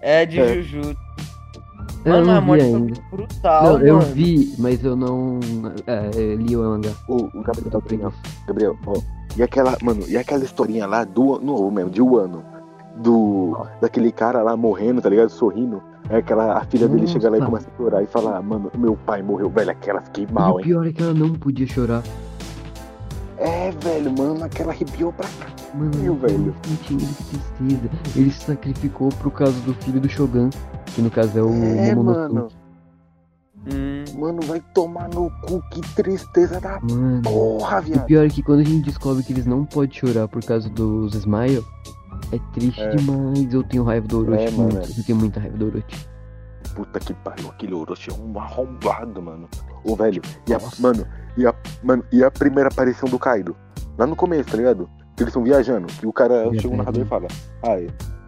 C: É de
A: É.
C: Jujutsu.
B: Eu
C: Mano, a
B: não vi
C: morte foi
B: ainda.
C: muito brutal,
B: Não,
C: mano.
B: eu vi, mas eu não. É, eu li o mangá.
A: O, o Gabriel
B: Eu
A: tá
B: tô
A: opinião.
B: preguiça.
A: Gabriel, ó. E aquela, mano, e aquela historinha lá do novo mesmo, de Wano. Do. Daquele cara lá morrendo, tá ligado? Sorrindo. É aquela. A filha dele chega lá e
B: Nossa.
A: começa a chorar e fala, mano, meu pai morreu, velho. Aquela fiquei
B: E o
A: mal, hein?
B: pior é que ela não podia chorar.
A: É, velho, mano, aquela arrepiou pra cá.
B: Mano,
A: Meu
B: eu
A: velho.
B: não senti ele, que tristeza. Ele se sacrificou pro caso do filho do Shogun, que no caso é o
A: É,
B: Momonosuke.
A: mano.
C: Hum,
A: Mano, vai tomar no cu, que tristeza da
B: Mano.
A: porra,
B: E
A: viado.
B: pior é que quando a gente descobre que eles não podem chorar por causa dos Smile, é triste
A: É.
B: demais. Eu tenho raiva do Orochi.
A: É, mano,
B: muito. Eu tenho muita raiva do Orochi.
A: Puta que pariu, aquele Orochi é um arrombado, mano. Ô, velho, e a, mano, e a, mano, e a primeira aparição do Kaido? Lá no começo, tá ligado? Que eles estão viajando. E o cara
B: Viajando.
A: chega no narrador e fala: Ah,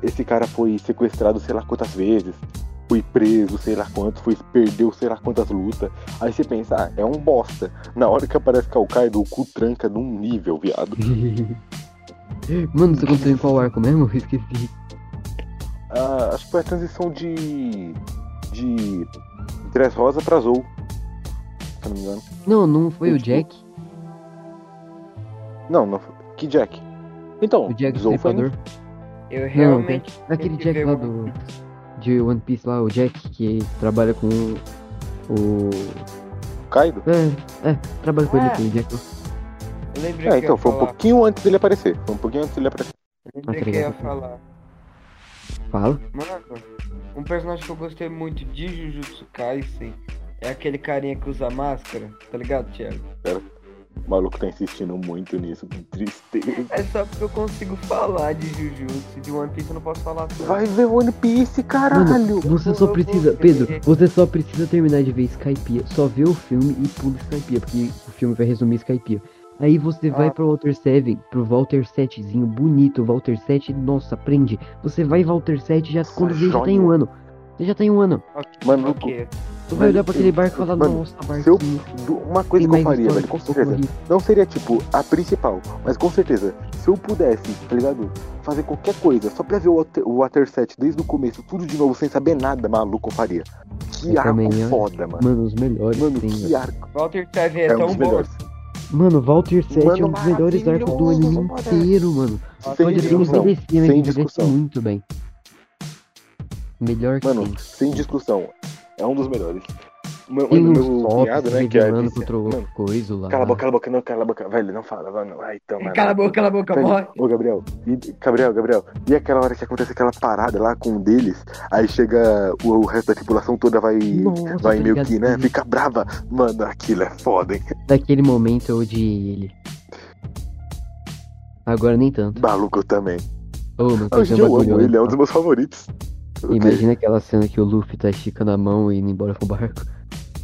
A: esse cara foi sequestrado sei lá quantas vezes, foi preso sei lá quantos, foi, perdeu sei lá quantas lutas. Aí você pensa: Ah, é um bosta. Na hora que aparece que é o Kaido, o cu tranca num nível, viado.
B: Uhum. mano, isso aconteceu em qual arco mesmo? Eu esqueci.
A: Ah, acho que foi a transição de. de. Dress Rosa pra Zou. Se eu não me engano.
B: Não, não foi o Jack.
A: Não, não foi. Que Jack? Então,
B: O Jack
A: Zou foi
B: Stripador.
C: eu realmente.
B: Aquele
C: que
B: Jack
C: ver
B: lá
C: uma-
B: do. De One Piece lá, o Jack que trabalha com o.
A: no Kaido?
B: É, é, trabalha com ele
C: É.
B: aquele Jack. lá.
C: Eu lembrei
A: É,
C: que eu
A: então,
C: ia
A: foi um
C: falar.
A: pouquinho antes dele aparecer. Foi um pouquinho antes dele aparecer.
B: Ah,
C: Lembrei
B: tá
C: que eu ia
B: ligado.
C: falar.
B: Fala.
C: Mano, um personagem que eu gostei muito de Jujutsu Kaisen é aquele carinha que usa máscara, tá ligado, Thiago?
A: O maluco tá insistindo muito nisso, que tristeza.
C: É só porque eu consigo falar de Jujutsu, de One Piece eu não posso falar tudo.
A: Vai ver One Piece, caralho!
B: Mano, você
C: Eu
B: só
C: vou
B: precisa,
C: ver.
B: Pedro, você só precisa terminar de ver Skypiea, só vê o filme e pula Skypiea, porque o filme vai resumir Skypiea. Aí você vai
C: Ah.
B: pro Walter 7, pro Walter 7zinho, bonito, Walter 7, nossa, aprende. Você vai Walter 7 já
A: Nossa,
B: quando vê já tá em
A: joia.
B: um ano. Você já tá em um ano.
A: Mano,
C: Ok.
B: Tu vai
A: Mas
B: olhar pra aquele
A: eu-
B: barco e falar,
A: mano,
B: nossa,
A: se eu-
B: barquinho.
A: do- uma coisa que eu faria, velho, com certeza. Não seria, tipo, a principal, mas com certeza, se eu pudesse, tá ligado? fazer qualquer coisa, só pra ver o Water, o Water Set desde o começo, tudo de novo, sem saber nada, maluco, eu faria. Que
B: Eu
A: arco
B: também, né?
A: foda, mano.
B: Mano, os melhores.
A: Mano,
B: sim,
A: que
B: velho.
A: arco.
C: Walter Teve é,
A: É um
C: tão
A: dos
C: bom.
A: melhores.
B: Mano, Walter 7 é um
A: Mano,
B: dos melhores arcos do anime
A: maravilhoso,
B: inteiro, mano.
A: Sem
B: Pode ser
A: discussão.
B: envelhecer, mas
A: Sem
B: envelhece
A: discussão.
B: muito bem. Melhor que tem.
A: Mano, sem discussão. É um dos melhores. Meu,
B: Tem
A: meu,
B: uns
A: meu cunhado,
B: tops
A: né, que é
B: revelando
A: vice-
B: contra
A: Mano,
B: o coisa lá.
A: Cala a boca, cala a boca, não, cala a boca. Velho, não fala, vai, não. Ai, então, mano.
C: Cala a boca, cala a boca,
A: Velho,
C: morre.
A: Ô, Gabriel, e- Gabriel, Gabriel, e aquela hora que acontece aquela parada lá com um deles, aí chega o, o resto da tripulação toda vai,
B: Nossa,
A: vai
B: tá
A: meio
B: ligado?
A: que, né, fica brava. Mano, aquilo é foda, hein?
B: Daquele momento eu odiei ele. Agora nem tanto.
A: Maluco também.
B: Ô, mas vai
A: Hoje
B: ser
A: em dia
B: um
A: eu
B: bagulho,
A: amo
B: olha
A: ele, é um
B: só.
A: dos meus favoritos. Ok.
B: Imagina aquela cena que o Luffy tá esticando a mão e indo embora com o barco.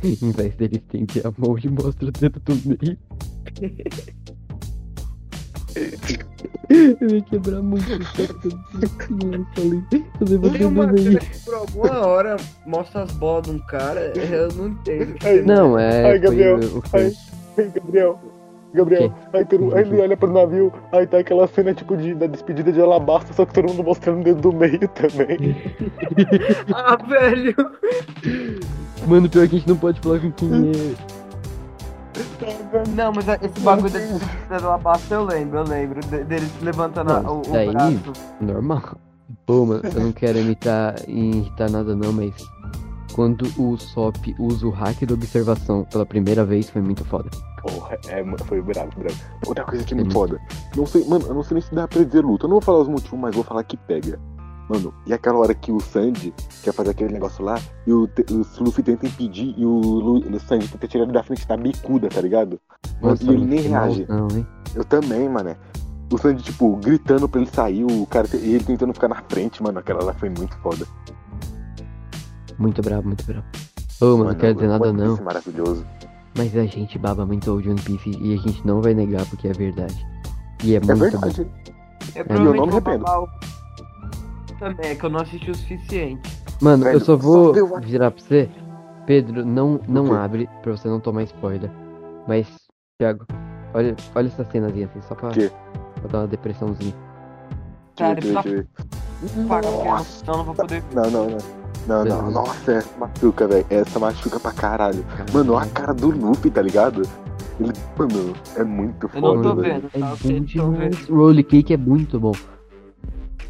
B: Em vez dele estender a mão, ele mostra o dedo do meio. Eu ia quebrar muito o teto. Eu falei, eu levantei
C: Tem
B: o
C: uma
B: dedo aí.
C: cena que por alguma hora mostra as bolas de um cara, eu não entendo.
B: Não, é.
A: Ai, Gabriel,
B: foi o- o
A: ai. Ei, Gabriel, Gabriel, aí, todo- aí ele olha pro navio, aí tá aquela cena tipo de, da despedida de alabasta, só que todo mundo mostrando o dedo do meio também.
C: Ah, velho!
B: Mano, pior que a gente não pode falar com quem é.
C: Não, mas é, esse bagulho da despedida do Alabasta eu lembro, eu lembro. de- deles levantando a-
B: Não,
C: o, o
B: daí-
C: braço.
B: Normal. Pô, mano, eu não quero imitar, irritar nada não, mas. Quando o Sop usa o hack da observação pela primeira vez, foi muito foda.
A: Porra, é, mano, foi bravo, bravo. Outra coisa que é
B: Hum.
A: muito foda. Não sei, mano, eu não sei nem se dá pra dizer luta. Eu não vou falar os motivos, mas vou falar que pega. Mano, e aquela hora que o Sandy quer fazer aquele negócio lá, e o, te- o Luffy tenta impedir, e o, Lu- o Sandy tenta tirar ele da frente da bicuda, tá ligado? Mano, e ele
B: no
A: nem
B: final,
A: reage.
B: Não, hein?
A: Eu também, mano. O Sandy, tipo, gritando pra ele sair, o cara te- e ele tentando ficar na frente, mano. Aquela lá foi muito foda.
B: Muito brabo, muito brabo. Ô, mano, não quero dizer nada
A: One Piece
B: não,
A: é maravilhoso.
B: mas a gente baba muito o One Piece e a gente não vai negar porque é verdade. E é
A: É
B: muito bom.
A: verdade. eu é não
C: Eu
A: me
C: provavelmente vou
A: arrependo.
C: babar o... Também, é que eu não assisti o suficiente.
B: Mano, eu
A: Velho,
B: só
A: só
B: vou
A: deu a-
B: virar pra você. Pedro, não, não
A: quê?
B: abre pra você não tomar spoiler. Mas, Thiago, olha, olha essa cenazinha assim, só pra,
A: Quê?
B: pra dar uma depressãozinha.
C: Cara,
A: Deixa eu ver, deixa eu ver.
C: Paga, porque eu-
A: Nossa.
C: senão eu não vou poder.
A: Não, não, não. Não, não.
B: Beleza.
A: Nossa, essa machuca, velho. Essa machuca pra caralho. Mano, olha a cara do Luffy, tá ligado? Ele, mano, é muito
C: Eu não
A: foda,
C: tô
A: velho.
C: vendo,
B: É
C: tá? Eu
B: bom
C: tô
B: demais.
C: vendo.
B: Roll Cake é muito bom.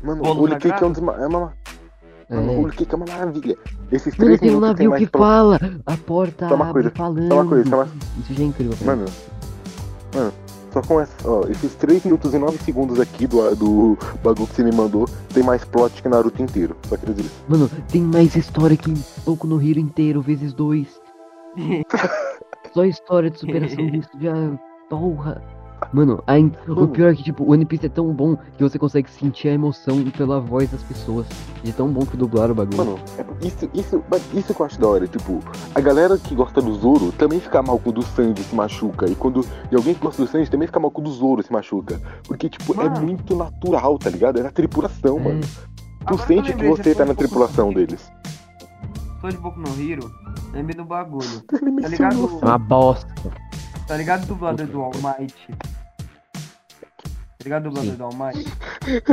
A: Mano,
C: Bolo
A: o Holy Cake
C: sagrado?
A: é, um desma... é uma...
B: É.
A: Mano, o Holy Cake é uma maravilha. Esses
B: Mano,
A: três
B: tem um
A: minutos
B: navio
A: mais
B: que
A: pra-
B: fala, a porta
A: Só uma
B: abre
A: coisa,
B: falando.
A: Só uma coisa, tá só uma...
B: Isso já é incrível. pra mim.
A: Mano, mano, só com essa, ó, esses 3 minutos e 9 segundos aqui do, do bagulho que você me mandou, tem mais plot que Naruto inteiro. Só queria dizer isso.
B: Mano, tem mais história que pouco no Hero inteiro, vezes dois. Só história de superação disso já. Porra! Mano, a in- o
A: Mano.
B: pior é que, tipo, o One Piece é tão bom que você consegue sentir a emoção pela voz das pessoas. De tão bom que dublaram o bagulho.
A: Mano, é- isso, isso, mas isso que eu acho da hora. Tipo, a galera que gosta do Zoro também fica mal quando o Sanji se machuca. E quando e alguém que gosta do Sanji também fica mal quando o Zoro se machuca. Porque, tipo, é
C: Mano.
A: muito natural, tá ligado? É na tripulação,
B: É.
A: mano. Tu
C: Agora eu
A: sente que
C: lembrei,
A: você
C: depois
A: tá
C: de
A: na
C: Boku no
A: tripulação
C: Hero-
A: deles.
C: Depois de Boku no Hero, lembrei do bagulho.
A: Ele
C: Tá
A: mencionou
C: ligado?
B: É uma bosta.
C: Tá ligado o dublador do All Might? Tá ligado o dublador
B: Sim.
C: do All Might?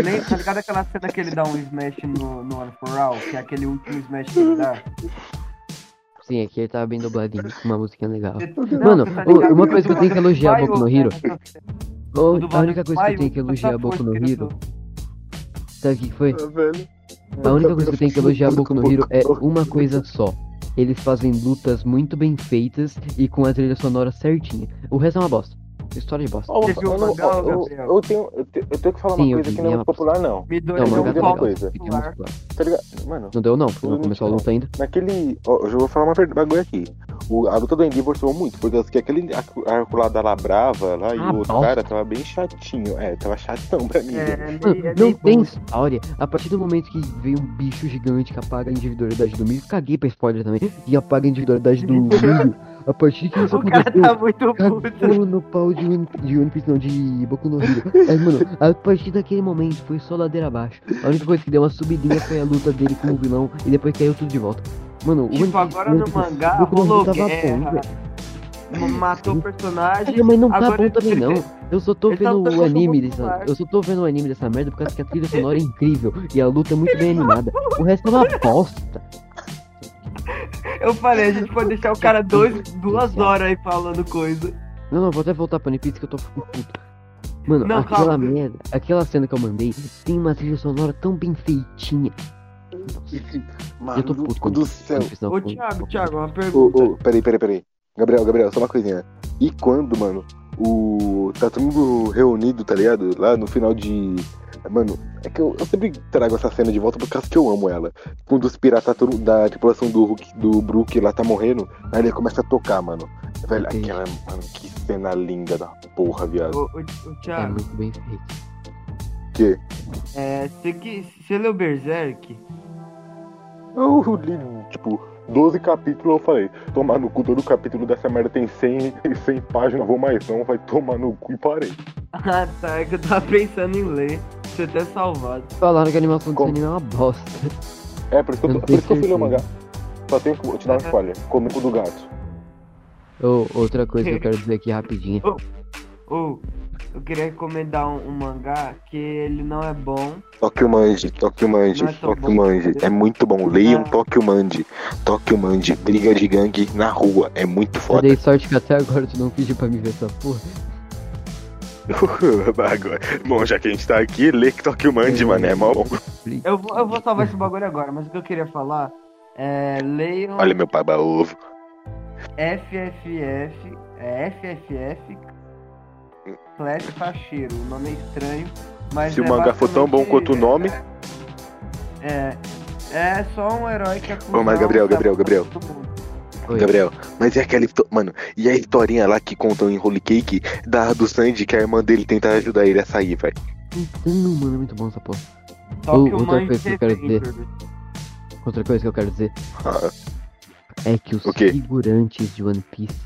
C: Lem- Tá ligado aquela cena que ele dá um smash no, no One For All? Que é aquele último smash que ele dá?
B: Sim, aqui ele tava bem dubladinho, com uma musiquinha legal.
C: Não,
B: Mano,
C: você tá
B: ô,
C: ligado
B: uma
C: que
B: coisa que eu tenho que
C: dublador
B: elogiar
C: vai,
B: Boku no
C: ô,
B: Hero.
C: cara,
B: ô,
C: o
B: a
C: dublador
B: única coisa que
C: vai,
B: eu tenho é que
C: ô,
B: elogiar
C: tá
B: Boku no
C: forte,
B: Hero,
C: querido.
B: sabe o que que foi?
A: Ah, velho.
B: A única coisa que eu tenho que elogiar Boku no Hero é uma coisa só. Eles fazem lutas muito bem feitas e com a trilha sonora certinha. O resto é uma bosta. História de bosta.
A: Ó,
C: Você viu o
A: eu não-
C: mangá,
A: ó, eu-
C: Gabriel?
A: eu tenho- eu te- eu tenho que falar
B: Sim,
A: uma
B: eu
A: coisa
B: vi,
A: que não é
B: é
A: muito popular, não.
C: Me dois
B: Não,
A: eu
B: mas
A: não
B: é
A: vi
B: legal.
A: uma coisa.
B: Fica muscular.
A: Tá ligado? Mano,
B: tipo, Não deu não, porque
A: Eu
B: não
A: não
B: começou a
A: vi,
B: luta ainda.
A: naquele. Ó, eu já vou falar uma verdade- bagulho aqui. O, a luta do Endeavor soou muito, porque eu acho que aquele arco arco lá da Labrava lá e
B: Ah,
A: o outro
B: nossa.
A: cara tava bem chatinho. É, tava chatão pra mim.
C: É,
A: né?
B: Mano,
C: ele- ele-
B: não tem história. A partir do momento que vem um bicho gigante que apaga a individualidade do milho, caguei pra spoiler também, e apaga a individualidade do milho, a partir que isso
C: O cara
B: aconteceu,
C: tá muito puto.
B: Cagou É no pau de One, de One Piece, não, de Boku no Hero. Aí, mano, a partir daquele momento foi só ladeira abaixo. A única coisa que deu uma subidinha foi a luta dele com o vilão e depois caiu tudo de volta. Mano, o One
C: Tipo,
B: Piece,
C: agora
B: One
C: no
B: Piece,
C: mangá
B: Boku no Hero
C: rolou
B: tava
C: guerra.
B: bom, velho.
C: matou o personagem.
B: Cara, mas não tá
C: agora
B: bom
C: ele-
B: também não. Eu só tô
C: Ele tá
B: vendo
C: dando
B: o anime
C: um
B: dessa.
C: popular.
B: Eu só tô vendo o anime dessa merda por causa que a trilha sonora é incrível e a luta é muito bem animada. O resto é uma bosta.
C: Eu falei, a gente pode deixar o cara dois, duas horas aí falando coisa.
B: Não, não, vou até voltar pra Nipiz que eu tô ficando puto. Mano,
C: Não,
B: aquela
C: calma.
B: merda, aquela cena que eu mandei tem uma trilha sonora tão bem feitinha.
A: Mano
B: eu tô puto com
A: do
B: isso.
A: céu.
B: Não,
C: Ô,
B: não,
C: Thiago,
B: não.
C: Thiago, uma
A: Ô,
C: pergunta.
A: ô, peraí, peraí, peraí. Gabriel, Gabriel, só uma coisinha. E quando, mano, o. Tá todo mundo reunido, tá ligado? Lá no final de. Mano, é que eu, eu sempre trago essa cena de volta por causa que eu amo ela. Quando os piratas tá todo- da tripulação do, Hulk- do Brook lá tá morrendo, aí ele começa a tocar, mano. Velho,
B: Entendi.
A: aquela. Mano, que cena linda da porra, viado.
C: Ô, ô, ô,
A: Ah.
B: É
C: Thiago,
B: muito bem feito.
A: Que?
C: é, você que- você leu Berserk?
A: Eu li, tipo, 12 capítulos, eu falei, tomar no cu, todo capítulo dessa merda tem 100, e 100 páginas, vou mais não, vai tomar no cu e parei.
C: Ah, tá, é que eu tava pensando em ler. Você até salvado.
B: Falaram que a animação desse
A: Como?
B: anime é uma bosta.
A: É, por isso que eu,
B: Eu
A: tô,
B: não
A: por isso que eu fui ler o
B: tenho
A: mangá. Só tenho que vou te dar um spoiler. Comigo do gato.
B: Ô, outra coisa que eu quero dizer aqui rapidinho.
C: Ou, eu queria recomendar um, um mangá que ele não é bom.
A: Toque o Manji, toque o Manji,
C: Não é tão
A: toque
C: bom.
A: o Manji. É muito bom. Leiam
C: Ah.
A: Toque o Manji. Toque o Manji. Briga de gangue na rua. É muito
B: Eu
A: foda.
B: dei sorte que até agora tu não pediu pra me ver essa porra.
A: Agora, bom, já que a gente tá aqui, lê que Toque o Manji, mano. É mó bom.
C: Eu vou, eu vou salvar esse bagulho agora, mas o que eu queria falar é leiam
A: Olha meu paba ovo.
C: FFF, é FFF Clash Facheiro. O nome é estranho, mas
A: Se o
C: é
A: mangá for tão bom quanto o nome.
C: É, é só um herói que é
A: Ô, mas Gabriel, Gabriel, Gabriel.
B: Oi.
A: Gabriel, mas é aquela histó- Mano, e a historinha lá que contam em Holy Cake da do Sandy que a irmã dele tenta ajudar ele a sair, velho.
B: Então, mano, é muito bom essa porra.
C: Toque
B: Ô,
C: o
B: outra
C: Mind
B: coisa que eu quero dizer.
C: Defender.
B: Outra coisa que eu quero dizer
A: Ah,
B: é que os
A: O quê?
B: figurantes de One Piece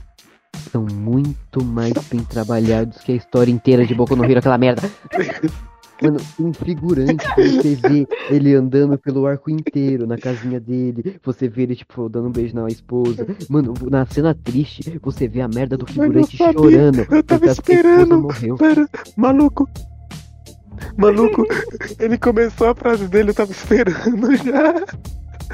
B: são muito mais bem trabalhados que a história inteira de Boku no Hero, aquela merda. Mano, um figurante, você vê ele andando pelo arco inteiro, na casinha dele, você vê ele, tipo, dando um beijo na esposa. Mano, na cena triste, você vê a merda do figurante
A: sabia,
B: chorando.
A: eu tava
B: porque a esposa
A: esperando.
B: morreu.
A: Pera, maluco. Maluco, ele começou a frase dele, eu tava esperando já.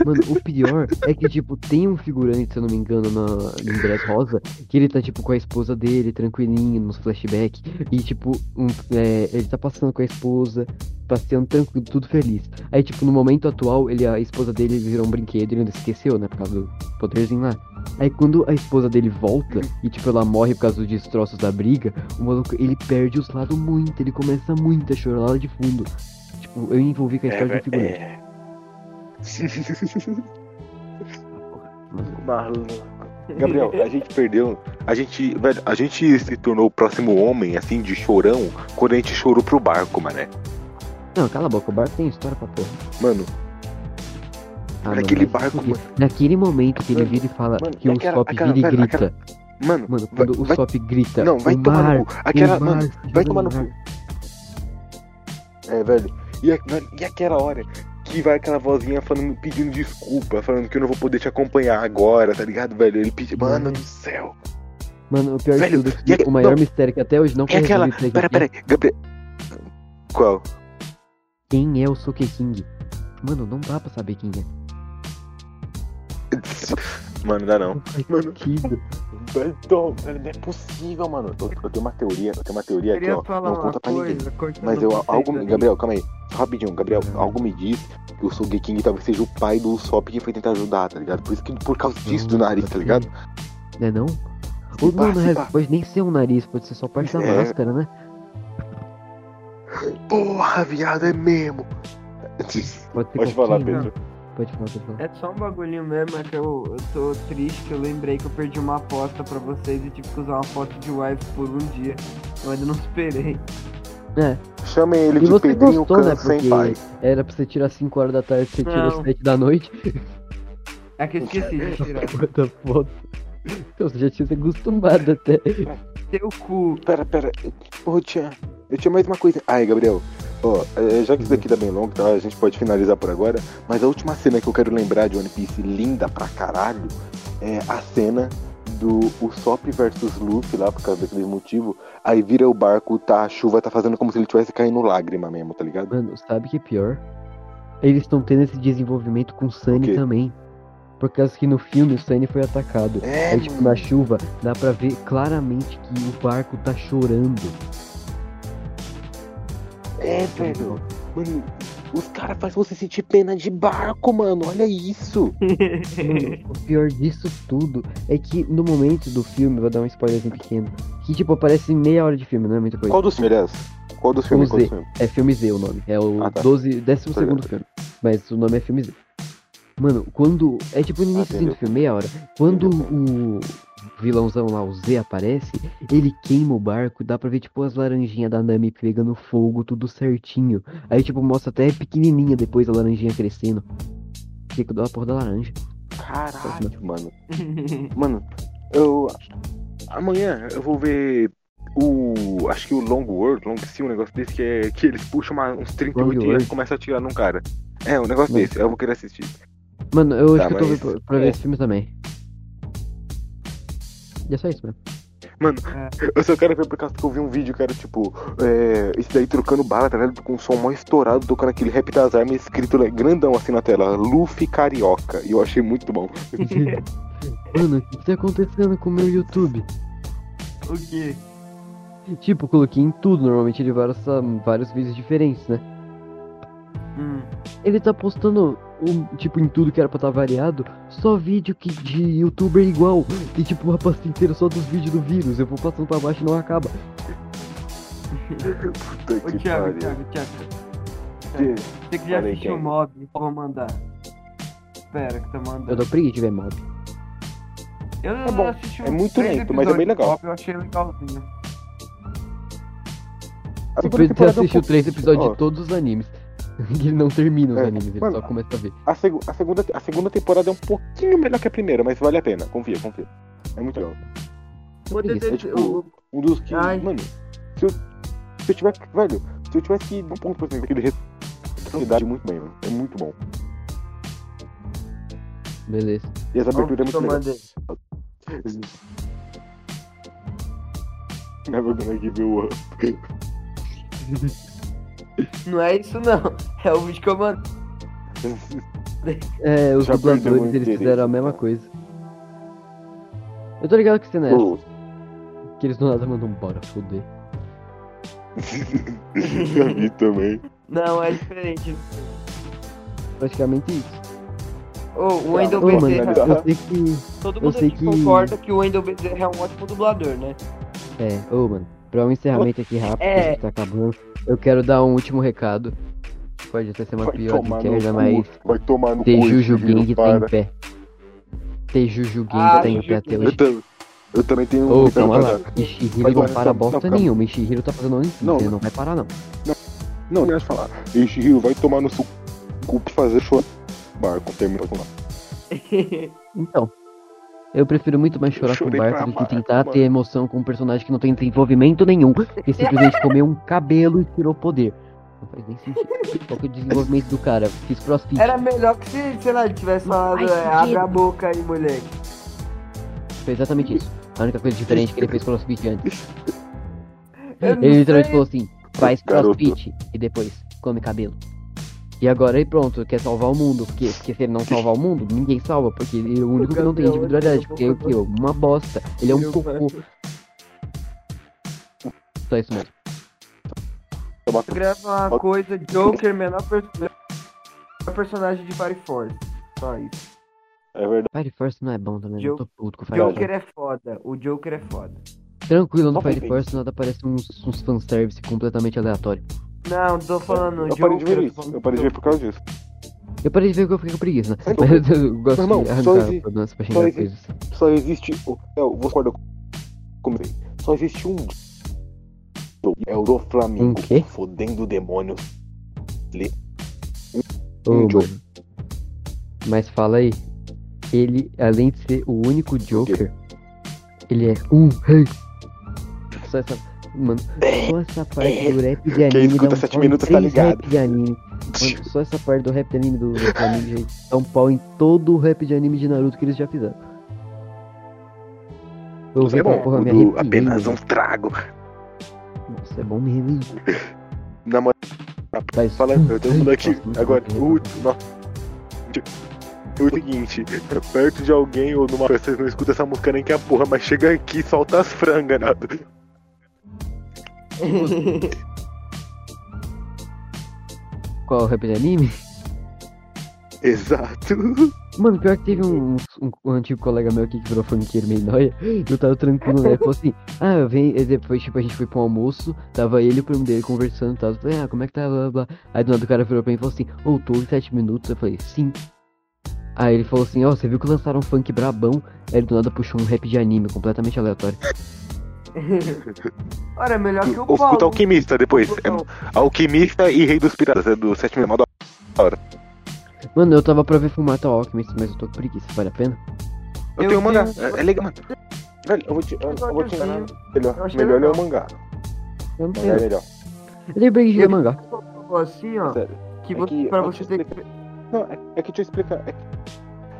B: Mano, o pior é que, tipo, tem um figurante, se eu não me engano, na, no Dress Rosa, que ele tá, tipo, com a esposa dele, tranquilinho, nos flashbacks. E, tipo, um- é, ele tá passando com a esposa, passeando tranquilo, tudo feliz. Aí, tipo, no momento atual, ele, a esposa dele virou um brinquedo e ele ainda esqueceu, né? Por causa do poderzinho lá. Aí quando a esposa dele volta e tipo ela morre por causa dos destroços da briga, o maluco ele perde os lados muito, ele começa muito a chorar lá de fundo. Tipo, eu envolvi com a história do figurante.
A: Maluco. Gabriel, a gente perdeu. A gente, velho, a gente se tornou o próximo homem, assim, de chorão, quando a gente chorou pro barco, mané.
B: Não, cala a boca, o barco tem história pra porra.
A: Mano,
B: Ah,
A: Naquele
B: mas
A: barco,
B: fudeu. Naquele momento que ele
A: Mano,
B: vira e fala
A: mano,
B: que o
A: aquela-
B: Sop
A: aquela-
B: vira e
A: velho,
B: grita.
A: aquela- mano,
B: Mano,
A: vai,
B: quando
A: vai-
B: o Sop grita.
A: não, vai
B: o
A: tomar
B: mar,
A: no cu. Aquela,
B: o mar,
A: mano,
B: se joga
A: vai tomar no
B: mar.
A: cu. É, velho. E, a- mano, e aquela hora que vai aquela vozinha falando, pedindo desculpa, falando que eu não vou poder te acompanhar agora, tá ligado, velho? Ele pediu, mano do céu.
B: Mano, o pior de
A: Velho,
B: tudo, é
A: e a-
B: o maior
A: não.
B: mistério é que até hoje não
A: E
B: foi
A: É aquela.
B: resolvido pra
A: Pera,
B: gente
A: pera, Gabriel. Qual?
B: quem é o Soke King. Mano, não dá pra saber quem é.
A: Mano, dá não.
B: Não faz
A: Mano.
B: sentido.
A: Velho, Não é possível, mano. Eu, eu tenho uma teoria, eu tenho uma teoria aqui,
C: Queria
A: É, ó.
C: falar
A: Não
C: uma
A: conta pra ninguém.
C: coisa, cortando um
A: Mas eu,
C: vocês
A: algo,
C: aí.
A: Gabriel, calma aí. Rapidinho, Gabriel,
B: Uhum.
A: algo me diz que o Sogeking talvez seja o pai do Usopp que foi tentar ajudar, tá ligado? Por isso que por causa disso do
B: Não,
A: nariz, tá
B: assim,
A: ligado?
B: Né não? Ou
A: pá,
B: não,
A: se
B: né?
A: pá.
B: Pode nem ser um nariz, pode ser só parte da
A: É.
B: máscara, né?
A: Porra, viado, é mesmo.
B: Pode ser
A: Pode
B: qualquer
A: falar,
B: um.
A: Pedro.
B: Pode falar, pode falar.
C: É só um bagulhinho mesmo, é que eu, eu tô triste que eu lembrei que eu perdi uma aposta pra vocês e tive que usar uma foto de wife por um dia. Eu ainda não superei.
A: Chamem ele
B: E
A: de
B: você
A: Pedrinho
B: gostou,
A: Can
B: né?
A: sem pai.
B: Porque era pra você tirar 5 horas da tarde, você tirou
C: Não.
B: 7 da noite.
C: É que eu esqueci de tirar.
B: Quanta foto. Eu Então, já tinha se acostumado até.
C: Teu cu.
A: Pera, pera. Ô, Tchan, eu tinha mais uma coisa. Ai, Gabriel. Ó, é, já que isso daqui tá bem longo, tá? A gente pode finalizar por agora. Mas a última cena que eu quero lembrar de One Piece, linda pra caralho, é a cena do Usopp versus Luffy lá, por causa daquele motivo. Aí vira o barco, tá, a chuva tá fazendo como se ele tivesse caindo lágrima mesmo, tá ligado?
B: Mano, sabe o que é pior? Eles estão tendo esse desenvolvimento com o Sunny
A: quê?
B: também. Por causa que no filme o Sunny foi atacado.
A: É,
B: Aí, tipo, na chuva, dá pra ver claramente que o barco tá chorando. tá
A: É, velho. Mano, os caras fazem você sentir pena de barco, mano. Olha isso.
B: Mano, o pior disso tudo é que no momento do filme, vou dar um spoilerzinho pequeno, que tipo, aparece meia hora de filme, não é muita coisa.
A: Qual dos filmes? aliás? Qual dos filmes?
B: O
A: Qual dos
B: Z.
A: filmes?
B: É filme Z o nome. É o
A: Ah, tá.
B: 12, 12
A: Tô ligado.
B: filme. Mas o nome é filme Z. Mano, quando. É tipo no início
A: Ah,
B: do
A: entendeu.
B: filme, meia hora. Quando
A: Entendeu,
B: o vilãozão lá, o Z, aparece, ele queima o barco, dá pra ver, tipo, as laranjinhas da Nami pegando fogo, tudo certinho. Aí, tipo, mostra até pequenininha depois a laranjinha crescendo. Fiquei com dó da porra da laranja.
A: Caralho, mano. Mano, eu. Amanhã eu vou ver o. Acho que o Long World, Long Sea, um negócio desse que é. Que eles puxam uma- uns 38
B: Long
A: e
B: World?
A: eles começam a atirar num cara. É, um negócio
B: Nossa.
A: desse. Eu vou querer assistir.
B: Mano, eu
A: Tá,
B: acho que eu tô
A: mas-
B: vendo pra, pra ver
A: é.
B: esse filme também. E é só isso, mano.
A: Eu só quero ver por causa que eu vi um vídeo que era tipo, é, esse daí trocando bala, tá ligado? Com um som mó estourado, tocando aquele rap das armas escrito né, grandão assim na tela, Luffy Carioca. E eu achei muito bom.
B: Mano, o que tá acontecendo com o meu YouTube?
C: O quê?
B: Tipo, eu coloquei em tudo, normalmente ele vários, vários vídeos diferentes, né?
C: Hum.
B: Ele tá postando, um, tipo, em tudo que era pra tá variado, só vídeo que de youtuber igual. Tem tipo uma pasta inteira só dos vídeos do vírus. Eu vou passando pra baixo e não acaba.
A: Puta
C: Ô
A: que
C: Thiago,
A: pariu.
C: Thiago, Thiago.
A: Que-
C: Você que já
A: Falei,
C: assistiu
A: quem?
C: Mob, vou mandar. Espera que tá mandando.
B: Eu dou preguiça de ver mob.
C: Eu não
A: É bom,
C: assisti
A: é
C: uns
A: muito
C: três
A: lento, mas é bem legal.
C: episódios do Pop, Eu achei legalzinho.
A: A
B: O
A: segunda
B: Pedro
A: temporada é um
B: assistiu
A: pouco-
B: três episódios
A: Ó,
B: de todos os animes. ele não termina os
A: É,
B: animes, ele
A: mano,
B: só começa a ver.
A: a, segu- a segunda, a segunda temporada é um pouquinho melhor que a primeira, mas vale a pena. Confia, confia. É muito legal.
B: Dou preguiça.
A: É tipo, um dos que.
C: Ai.
A: Mano, se eu, se eu tiver. que- Velho, se eu tivesse que dar um ponto pra cima daquele retorno, muito bem, mano. É muito bom.
B: Beleza.
A: E as aberturas é muito legal.
C: mandei.
A: Never gonna give you up.
C: Não é isso não. É o vídeo que eu mandei.
B: É, os
A: Já perdeu o
B: dubladores, eles
A: interesse,
B: fizeram a mesma
A: então.
B: coisa. Eu tô ligado que você não é
A: Pô,
B: Que eles do nada mandam um bora foder.
A: já vi também.
C: Não, é diferente.
B: Praticamente isso.
C: Ô, o Wendel
A: Ô, mano,
C: Bezerra.
A: tá-
B: eu sei que.
C: Todo
B: eu
C: mundo
B: sei
C: aqui
B: que-
C: concorda que o Wendel Bezerra é um ótimo dublador, né?
B: É, ô, mano. Pra um encerramento aqui rápido,
C: É.
B: que tá acabando, eu quero dar um último recado. Pode até ser uma
A: Vai
B: pior de
A: tomar no
B: queda, mas.
A: cu. Vai tomar no cu. esse
B: Tejuju
A: menino,
B: Gang tá
A: para.
B: em pé. Tejuju Gang
C: Ah,
B: tá em pé
C: Tejuju
B: até
C: Gang.
A: Eu,
B: hoje.
A: tam- eu também tenho um
B: Ô,
A: recado
B: calma
A: pra
B: lá.
A: dar.
B: E Shihiro
A: Vai
B: não
A: tomar-
B: para
A: não,
B: bosta
A: calma.
B: nenhuma. E Shihiro tá fazendo onde
A: Não,
B: Ele
A: não.
B: não vai parar, não.
A: Não, não acho falar. Este rio vai tomar no seu cu pra fazer chorar. Barco, termina com
B: Então. Eu prefiro muito mais chorar
A: Eu
B: com o
A: chorei
B: barco
A: pra
B: do que
A: barco,
B: tentar
A: mano.
B: ter emoção com um personagem que não tem desenvolvimento nenhum, que simplesmente comeu um cabelo e tirou poder. Não faz nem sentido. Qual que é o desenvolvimento do cara? Fiz crossfit.
C: Era melhor que se, sei lá, ele tivesse falado,
B: faz
C: é, abre
B: sentido.
C: a boca aí, moleque.
B: Foi exatamente isso. A única coisa diferente que ele fez crossfit antes.
C: Eu não
B: Ele literalmente
C: sei.
B: falou assim: faz
A: Garoto.
B: crossfit e depois come cabelo. E agora aí pronto, quer salvar o mundo. Por quê? Porque se ele não salvar o mundo, ninguém salva. Porque ele é o único que não tem
C: Gabriel,
B: individualidade.
C: eu
B: Porque é o quê? Uma bosta. Ele é um
C: Meu
B: cocô. Só isso mesmo.
A: Tomar
C: Grava uma coisa, Joker, menor, per- menor personagem de Fire Force. Só isso.
A: É verdade.
B: Fire Force não é bom também, eu
C: Joe-
B: tô puto
A: Tá
B: com Fire
C: Joker
B: Force.
C: é foda. O Joker é foda.
B: Tranquilo, no
A: Só
B: Fire
A: perfeito.
B: Force nada parece uns, uns fanservice completamente aleatório.
C: Não, tô falando
A: Eu
C: Joker.
A: parei de ver
C: tô
A: isso.
C: falando
A: Eu parei de ver por causa disso.
B: Eu parei de ver que eu fiquei com preguiça, né?
A: Então,
B: Mas eu gosto
A: irmão,
B: de
A: só
B: arrancar
A: exi-
B: problemas pra
A: só
B: xingar
A: exi-
B: coisas.
A: Só existe. o- é, Theo, você concorda comigo? Só existe um. É o do
B: Um
A: Flamengo.
B: quê?
A: Fodendo demônios.
B: Ô,
A: Um
B: mano.
A: Joker.
B: Mas fala aí. Ele, além de ser o único Joker, ele é um rei. Só essa. Mano, só essa parte do rap de anime.
A: É, escuta
B: dá um
A: sete
B: pau em
A: minutos tá
B: três
A: ligado.
B: rap de anime. Mano, só essa parte do rap de anime do, do anime, gente. Dá um pau em todo o rap de anime de Naruto que eles já fizeram. Eu ouvi
A: é
B: aquela
A: bom,
B: porra,
A: o
B: me
A: do
B: arrepiei,
A: apenas
B: mano.
A: um trago.
B: Nossa, é bom mesmo, hein? um
A: Na moral,
B: Mas...
A: fala, eu tô falando aqui
B: Nossa, muito
A: agora.
B: bom.
A: O último. nossa. É O seguinte, é perto de alguém ou numa. Vocês não escutam essa música nem que a porra, mas chega aqui e solta as frangas, né? nada.
B: Qual é rap de anime?
A: Exato.
B: Mano, pior que teve um, um- um antigo colega meu aqui que virou funkeiro meio nóia. Eu tava tranquilo, né? Ele falou assim: Ah, eu venho. e Depois, tipo, a gente foi pra um almoço. Tava ele e o primo dele conversando e tal. Eu falei: Ah, como é que tá? Blá, blá, blá. Aí do nada o cara virou pra mim e falou assim: Ô, tô em 7 minutos. Eu falei: Sim. Aí ele falou assim: Ó, você viu que lançaram um funk brabão? Aí ele do nada puxou um rap de anime completamente aleatório.
C: Ora, é melhor que o
A: Ou escuta
C: Paulo.
A: Alquimista depois. É Alquimista e Rei dos Piratas, é do sétimo irmão da
B: Mano, eu tava pra ver Fumata Alchemist, mas eu tô com preguiça. Vale a pena?
A: Eu,
C: Eu
A: tenho um mangá,
C: tenho-
A: é, é legal, mano. Velho, eu vou te. Eu, eu vou te
C: Eu
A: melhor
C: achei
A: melhor ler
C: legal.
A: o mangá.
B: Eu não sei.
A: Mangá é
B: Eu
A: melhor.
B: lembrei de ler mangá.
C: Assim, ó.
A: Sério.
C: Que
A: É
C: você,
A: que-
C: pra
A: eu te
C: você ter que.
A: Não, é, é que deixa eu explicar. É que,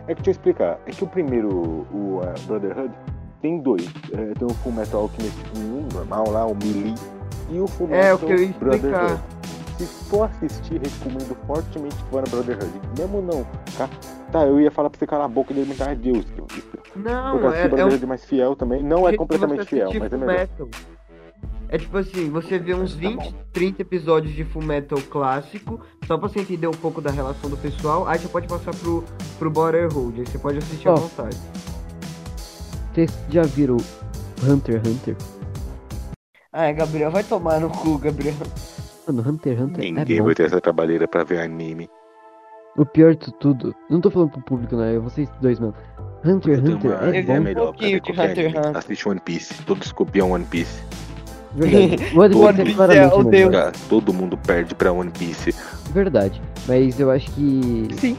A: é que deixa eu explicar. É que o primeiro, o eh, Brotherhood, tem dois. É, tem o Full Metal Alchemist 1, normal lá, o Melee. E o Full
C: É,
A: Metal
C: o que eu ia
A: Brotherhood.
C: explicar.
A: Se for assistir, recomendo fortemente que vá no Brotherhood. Mesmo não, tá? Tá, eu ia falar pra você calar a boca e alimentar a Deus. Porque eu
C: Não, é,
A: assisti
C: é um
A: Brotherhood mais fiel também. Não é
C: jeito
A: completamente
C: você
A: fiel,
C: assistir
A: mas é
C: Full
A: melhor.
C: Metal. É tipo assim, você vê uns
A: Tá
C: 20,
A: bom.
C: 30 episódios de Full Metal clássico, só pra você entender um pouco da relação do pessoal, aí você pode passar pro, pro Borderhold, aí você pode assistir à
B: Ó.
C: vontade.
B: Vocês já viram Hunter x Hunter?
C: Ah, Gabriel, vai tomar no cu, Gabriel.
B: Mano, Hunter x Hunter
A: Ninguém
B: é bom.
A: vai ter essa trabalheira pra ver anime.
B: O pior de tudo, não tô falando pro público, né? Vocês dois, mano. Hunter x Hunter é
A: é
B: bom.
A: melhor pra
C: pouquinho
A: ver
C: de
A: qualquer
C: Hunter x
A: anime.
C: Hunter.
A: Assiste One Piece. Todos copiam One Piece.
B: Verdade. O One
A: Todo
B: Piece é
A: mundo.
B: claramente
C: Oh,
B: melhor.
C: Deus.
A: Cara, todo mundo perde pra One Piece.
B: Verdade. Mas eu acho que
A: Sim.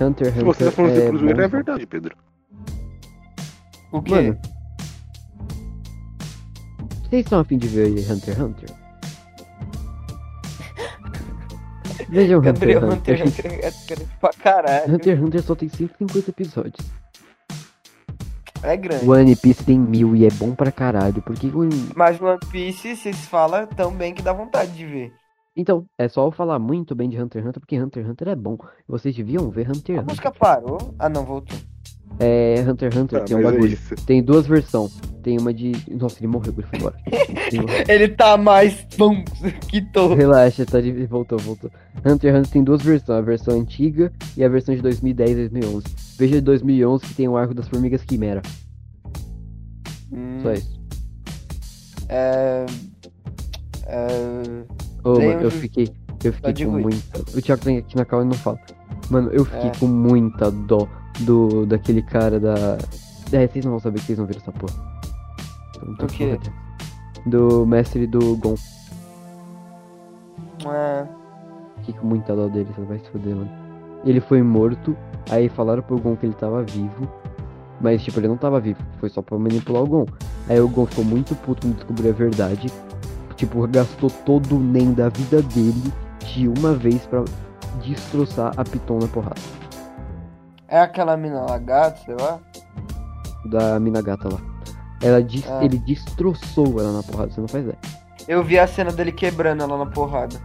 B: Hunter x
A: Se
B: Hunter
A: você tá falando
B: é,
A: isso pro zoeiro,
B: bom.
A: é verdade, Pedro.
C: O quê?
B: Mano. Vocês estão afim de ver Hunter x Hunter? Vejam Hunter x Hunter.
C: Hunter, Hunter pra caralho.
B: Hunter x Hunter só tem 150 episódios.
C: É grande.
B: One Piece tem mil e é bom pra caralho. Por que que o
C: Mas One Piece, vocês falam tão bem que dá vontade de ver.
B: Então, é só eu falar muito bem de Hunter x Hunter, porque Hunter x Hunter é bom. Vocês deviam ver Hunter
C: A
B: x Hunter.
C: música parou? Ah, não, voltou.
B: É, Hunter x Hunter
A: Ah,
B: tem um
A: mas é
B: bagulho.
A: isso.
B: Tem duas versões. Tem uma de. Nossa, ele morreu, ele foi embora. Ele morreu.
C: Ele tá mais pum, quitou.
B: Relaxa, tá de. Voltou, voltou. Hunter x Hunter tem duas versões, a versão antiga e a versão de 2010 e 2011. Veja de 2011 que tem o arco das formigas quimera.
C: Hum.
A: Hum.
B: Só isso.
C: É... é,
B: Ô,
C: Tem
B: mano, eu
C: um-
B: fiquei. Eu fiquei com
C: digo isso.
B: muita. O Thiago tem aqui na calma e não fala. Mano, eu fiquei
C: É.
B: com muita dó do daquele cara da. É, vocês não vão saber que vocês não viram essa porra. Então, Eu não tô
C: O quê?
B: falando. Do mestre do Gon.
C: uma-
B: Fiquei com muita dó dele, você vai se fuder, mano. Ele foi morto, aí falaram pro Gon que ele tava vivo. Mas, tipo, ele não tava vivo, foi só pra manipular o Gon. Aí o Gon ficou muito puto quando descobriu a verdade. Tipo, gastou todo o NEM da vida dele de uma vez pra destroçar a Piton na porrada.
C: É aquela mina lagarto, sei lá.
B: Da mina gata lá. Ela des-
C: Ah.
B: Ele destroçou ela na porrada, você não faz ideia.
C: Eu vi a cena dele quebrando ela na porrada.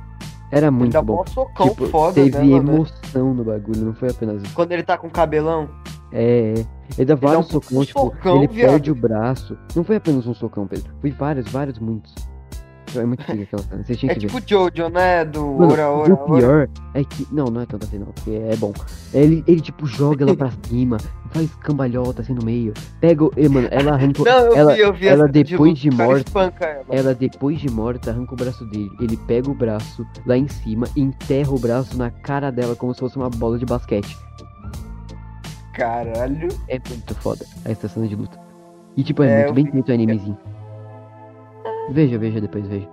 B: Era
C: Ele dá
B: muito
C: mó
B: bom.
C: socão
B: Tipo,
C: foda
B: teve
C: nela, né?
B: emoção no bagulho, não foi apenas isso.
C: Quando ele tá com cabelão.
B: É, é. ele dá vários
C: um
B: socões, tipo,
C: socão,
B: ele
C: viado.
B: perde o braço. Não foi apenas um socão, Pedro. Foi vários, vários, muitos. É muito pica aquela cena, vocês tinham
C: É
B: que
C: tipo
B: ver.
C: o Jojo, né? Do
B: Mano,
C: Ora
B: e
C: Ora
B: o
C: Ora.
B: pior é que. Não, não é tanto assim, não, porque é bom. Ele, ele tipo, joga ela pra cima, faz cambalhota assim no meio. Pega o. e, Mano, ela arranca. o-
C: Não, eu
B: ela,
C: vi, eu vi. a
B: ela
C: cena
B: depois
C: luta,
B: de
C: o cara
B: morta-
C: espanca ela.
B: ela, depois de morta, arranca o braço dele. Ele pega o braço lá em cima e enterra o braço na cara dela como se fosse uma bola de basquete.
C: Caralho.
B: É muito foda essa cena de luta. E tipo, é,
C: É,
B: muito
C: eu
B: bem feito o animezinho. Veja, veja depois, veja.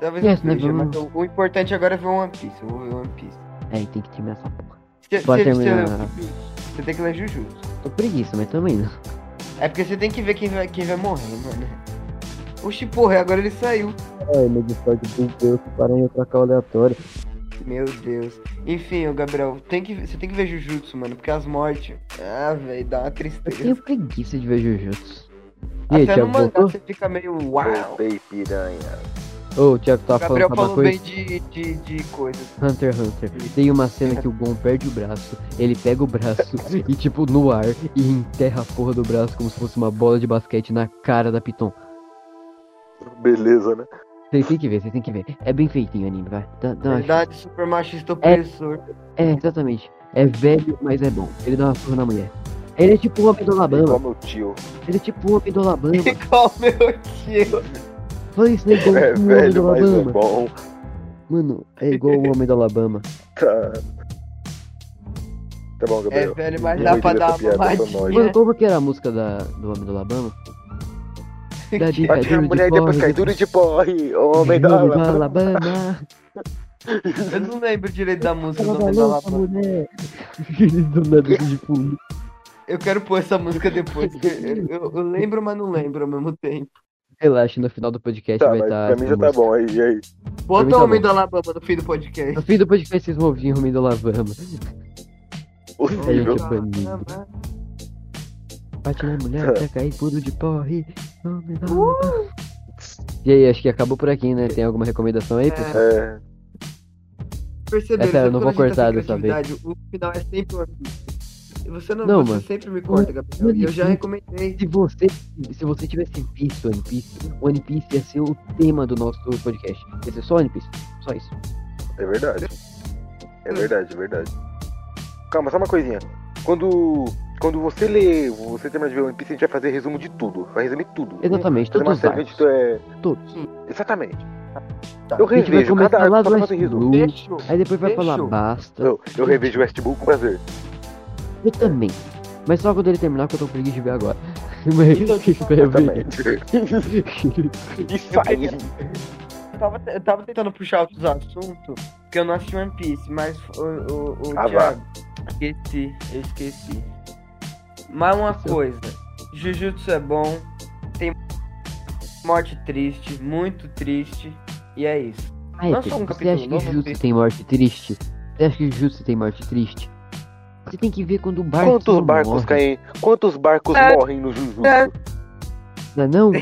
C: Talvez
B: Yes,
C: não
B: mas
C: seja, mas
B: vamos-
C: o, o importante agora é ver One Piece. Eu vou ver One Piece.
B: Aí tem que terminar essa porra.
C: Você,
B: Pode
C: você- você
B: terminar.
C: leu Jujutsu? Você tem que ler Jujutsu.
B: Tô preguiça, mas também não.
C: É porque você tem que ver quem vai, quem vai morrer, mano. Oxi, porra, agora ele saiu.
B: Ai, meu Discord bugou, parou em outra call aleatória.
C: Meu Deus. Enfim, ô Gabriel, tem que, você tem que ver Jujutsu, mano, porque as mortes. Ah, velho, dá uma
B: Eu tenho
C: tristeza.
B: preguiça de ver Jujutsu. E aí,
C: Até
B: Thiago,
C: no mangá
B: voltou?
C: você fica meio uau.
A: Voltei, piranha.
B: Ô, o Thiago
C: O
B: tava
C: Gabriel
B: falando
C: falou
B: uma coisa.
C: bem de, de, de coisas.
B: Hunter x Hunter. Tem uma cena que o Gon perde o braço, ele pega o braço e, tipo, no ar e enterra a porra do braço como se fosse uma bola de basquete na cara da Piton.
A: Beleza, né?
B: Vocês têm que ver, vocês têm que ver. É bem feitinho o anime, vai. Dá, dá uma...
C: Verdade, né? super machista opressor.
B: É, exatamente. É velho, mas é bom. Ele dá uma surra na mulher. Ele é tipo o homem do
A: Igual
B: Alabama.
A: meu tio.
B: Ele é tipo o homem do Alabama.
C: Igual meu tio.
B: Fala isso, né? Igual
A: É
B: o homem
A: velho,
B: do
A: mas é
B: Alabama.
A: bom.
B: Mano, é igual o homem do Alabama.
A: Tá. Tá bom,
C: É
A: Gabriel.
C: velho, mas
A: Eu
C: dá
A: não
C: pra
A: diria essa
C: dar uma
A: piada, essa
C: mamadinha.
B: Mano, como que era a música da, do homem do Alabama? Da
C: Que-
A: Bate na
B: ditadura
A: mulher
B: de
A: e depois
B: porra.
A: cai duro de porre. Homem da
B: Homem do
A: ala.
B: Alabama.
C: Eu não lembro direito da música do
B: Ela
C: nome
B: falou
C: da
B: pra
C: Alabama.
B: mulher. Do nada assim, tipo, de fundo.
C: Eu quero pôr essa música depois. que Eu, eu- eu lembro, mas não lembro ao mesmo tempo.
B: Relaxa, no final do podcast
A: Tá,
B: vai
A: mas
B: estar.
A: pra mim já tá bom. Aí, aí.
B: mim
C: Bota
B: tá
C: o homem
B: bom.
C: da Alabama no fim do podcast.
B: No fim do podcast vocês vão ouvir Homem do Alabama.
A: Possível.
B: Gente, banido. Bate na mulher
A: Tá.
B: até cair tudo de porre. Homem do
C: Uh!
B: Alabama. E aí, acho que acabou por aqui, né? Tem alguma recomendação aí,
C: É.
B: pessoal?
A: É.
C: Perceberam?
B: Essa eu
C: sempre
B: não
C: quando
B: vou
C: a gente
B: cortar
C: sem
B: dessa vez.
C: criatividade, O final é sempre uma pista. Você não,
B: Não,
C: você
B: mano.
C: sempre me corta, Gabriel. E eu já recomendei.
B: Se você, se você tivesse visto One Piece, One Piece ia ser o tema do nosso podcast. Ia ser só One Piece. Só isso.
A: É verdade.
B: Hum.
A: É verdade, é verdade. Calma, só uma coisinha. Quando, quando você lê, você terminar de ver One Piece, a gente vai fazer resumo de tudo. Vai resumir tudo.
B: Exatamente,
A: Fazer uma
B: todos os
A: série
B: arcos.
A: de, é...
B: Todos.
A: Exatamente.
C: Tá.
A: Eu
B: A gente vai
A: revejo
B: começar
A: cada arco
B: lá
A: só
B: do
A: pra fazer
B: West
A: resumo.
B: Blue,
C: Fechou.
B: aí depois vai falar
C: Fechou.
B: basta.
A: Eu, eu revejo o Westbook com prazer.
B: Eu também. Mas só quando ele terminar, que eu tô com preguiça de ver agora. Mas
C: Então,
B: que
A: Exatamente. Isso
C: Eu
A: aí.
C: queria- Eu tava, eu tava tentando puxar outros assuntos, porque eu não assisti One Piece, mas o, o, o
A: Ah,
C: Thiago, esqueci, eu esqueci. Mas uma
B: Esqueceu.
C: coisa, Jujutsu é bom, tem morte triste, muito triste, e é isso.
B: Ah, é,
C: Lança um
B: você
C: capítulo
B: acha que
C: novo,
B: Jutsu
C: Fê.
B: tem morte triste? Você acha que Jutsu tem morte triste? Você tem que ver quando o barco
A: Quantos barcos
B: morre.
A: caem? Quantos barcos
C: É.
A: morrem no Jujutsu?
C: É.
B: Não é não?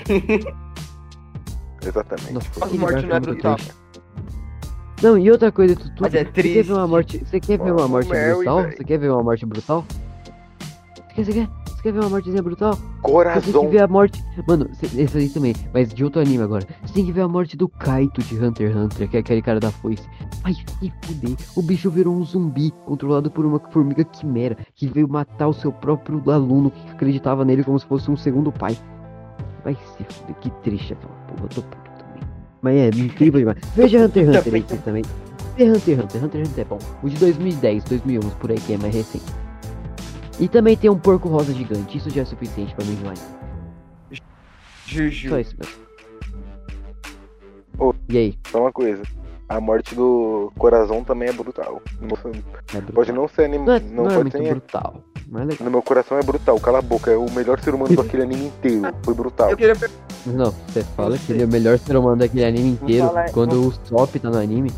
A: Exatamente.
B: Nossa,
C: As
B: aquele
C: mortes
B: barco
C: não é
B: muito
C: brutal.
B: triste. Não, e outra coisa, tu, tu,
C: Mas é
B: você quer
C: triste.
B: ver uma morte, você quer ver uma
A: Mano,
B: morte
A: Mary,
B: brutal?
A: velho.
B: Você quer ver uma morte brutal? Você quer, você quer, você quer ver uma mortezinha brutal? Você tem que
A: Corazão.
B: ver a morte. Mano, cê- esse aí também, mas de outro anime agora. Você tem que ver a morte do Kaito de Hunter x Hunter, que é aquele cara da foice. Ai, que fudei. O bicho virou um zumbi controlado por uma formiga quimera que veio matar o seu próprio aluno que acreditava nele como se fosse um segundo pai. Vai se fuder, que triste aquela porra. Eu tô puto também. Mas é incrível demais. Veja Hunter x Hunter aí vocês também. Vê Hunter x Hunter, Hunter x Hunter é bom. O de 2010, 2011, por aí que é mais recente. E também tem um porco rosa gigante, isso já é suficiente pra mim enjoar.
C: Juju.
B: Só isso mesmo.
A: Ô.
B: E aí?
A: Só uma coisa. A morte do coração também é brutal.
B: É brutal.
A: Pode não ser anime.
B: Não é,
A: Não,
B: não é
A: pode
B: muito
A: ser em
B: brutal. Mas é legal.
A: No meu coração é brutal, cala a boca. É o melhor ser humano daquele anime inteiro. Foi brutal.
C: Eu queria per-
B: Não, você fala
C: Eu
B: que
C: sei.
B: ele é o melhor ser humano daquele anime inteiro.
C: falar-
B: Quando o Sop tá no anime.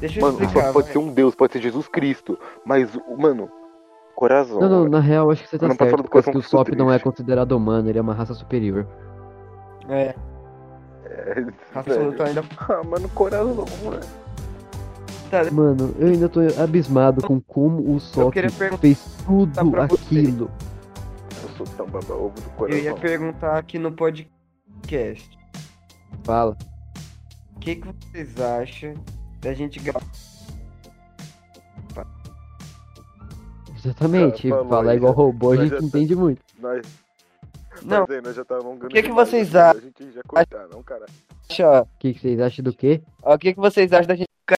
C: Deixa eu
A: Mano,
C: explicar.
A: pode, pode
C: vai.
A: ser um Deus, pode ser Jesus Cristo. Mas, o- mano, coração.
B: Não, não, na real acho que você tá
A: Não pode falar
B: certo.
A: do
B: Porque
A: coração
B: que o
A: que eu tô
B: Sop não é
A: triste.
B: considerado humano, ele é uma raça superior.
C: É,
A: um é, velho.
C: absoluto ainda.
A: Ah, mano, coração, mano.
B: Mano, eu ainda tô abismado com como o Sop
C: queria perguntar
B: fez tudo
C: pra você.
B: aquilo.
A: Eu sou tão baba ovo do
C: Eu ia
A: coração.
C: perguntar aqui no podcast.
B: Fala.
C: O que, que vocês acham da gente gravar?
B: Exatamente.
A: Cara, falou
B: Falar
A: aí,
B: igual
A: já-
B: robô a
A: mas
B: gente
A: já
B: não
A: tá-
B: entende muito.
A: Nós,
C: Não,
A: nós, aí, nós já tá alongando.
C: O
B: é
C: que que
A: demais,
C: vocês
A: né? A gente já cortar, não, cara.
C: acha.
B: O que, que vocês acham do quê?
C: ó, O que, que vocês acham da gente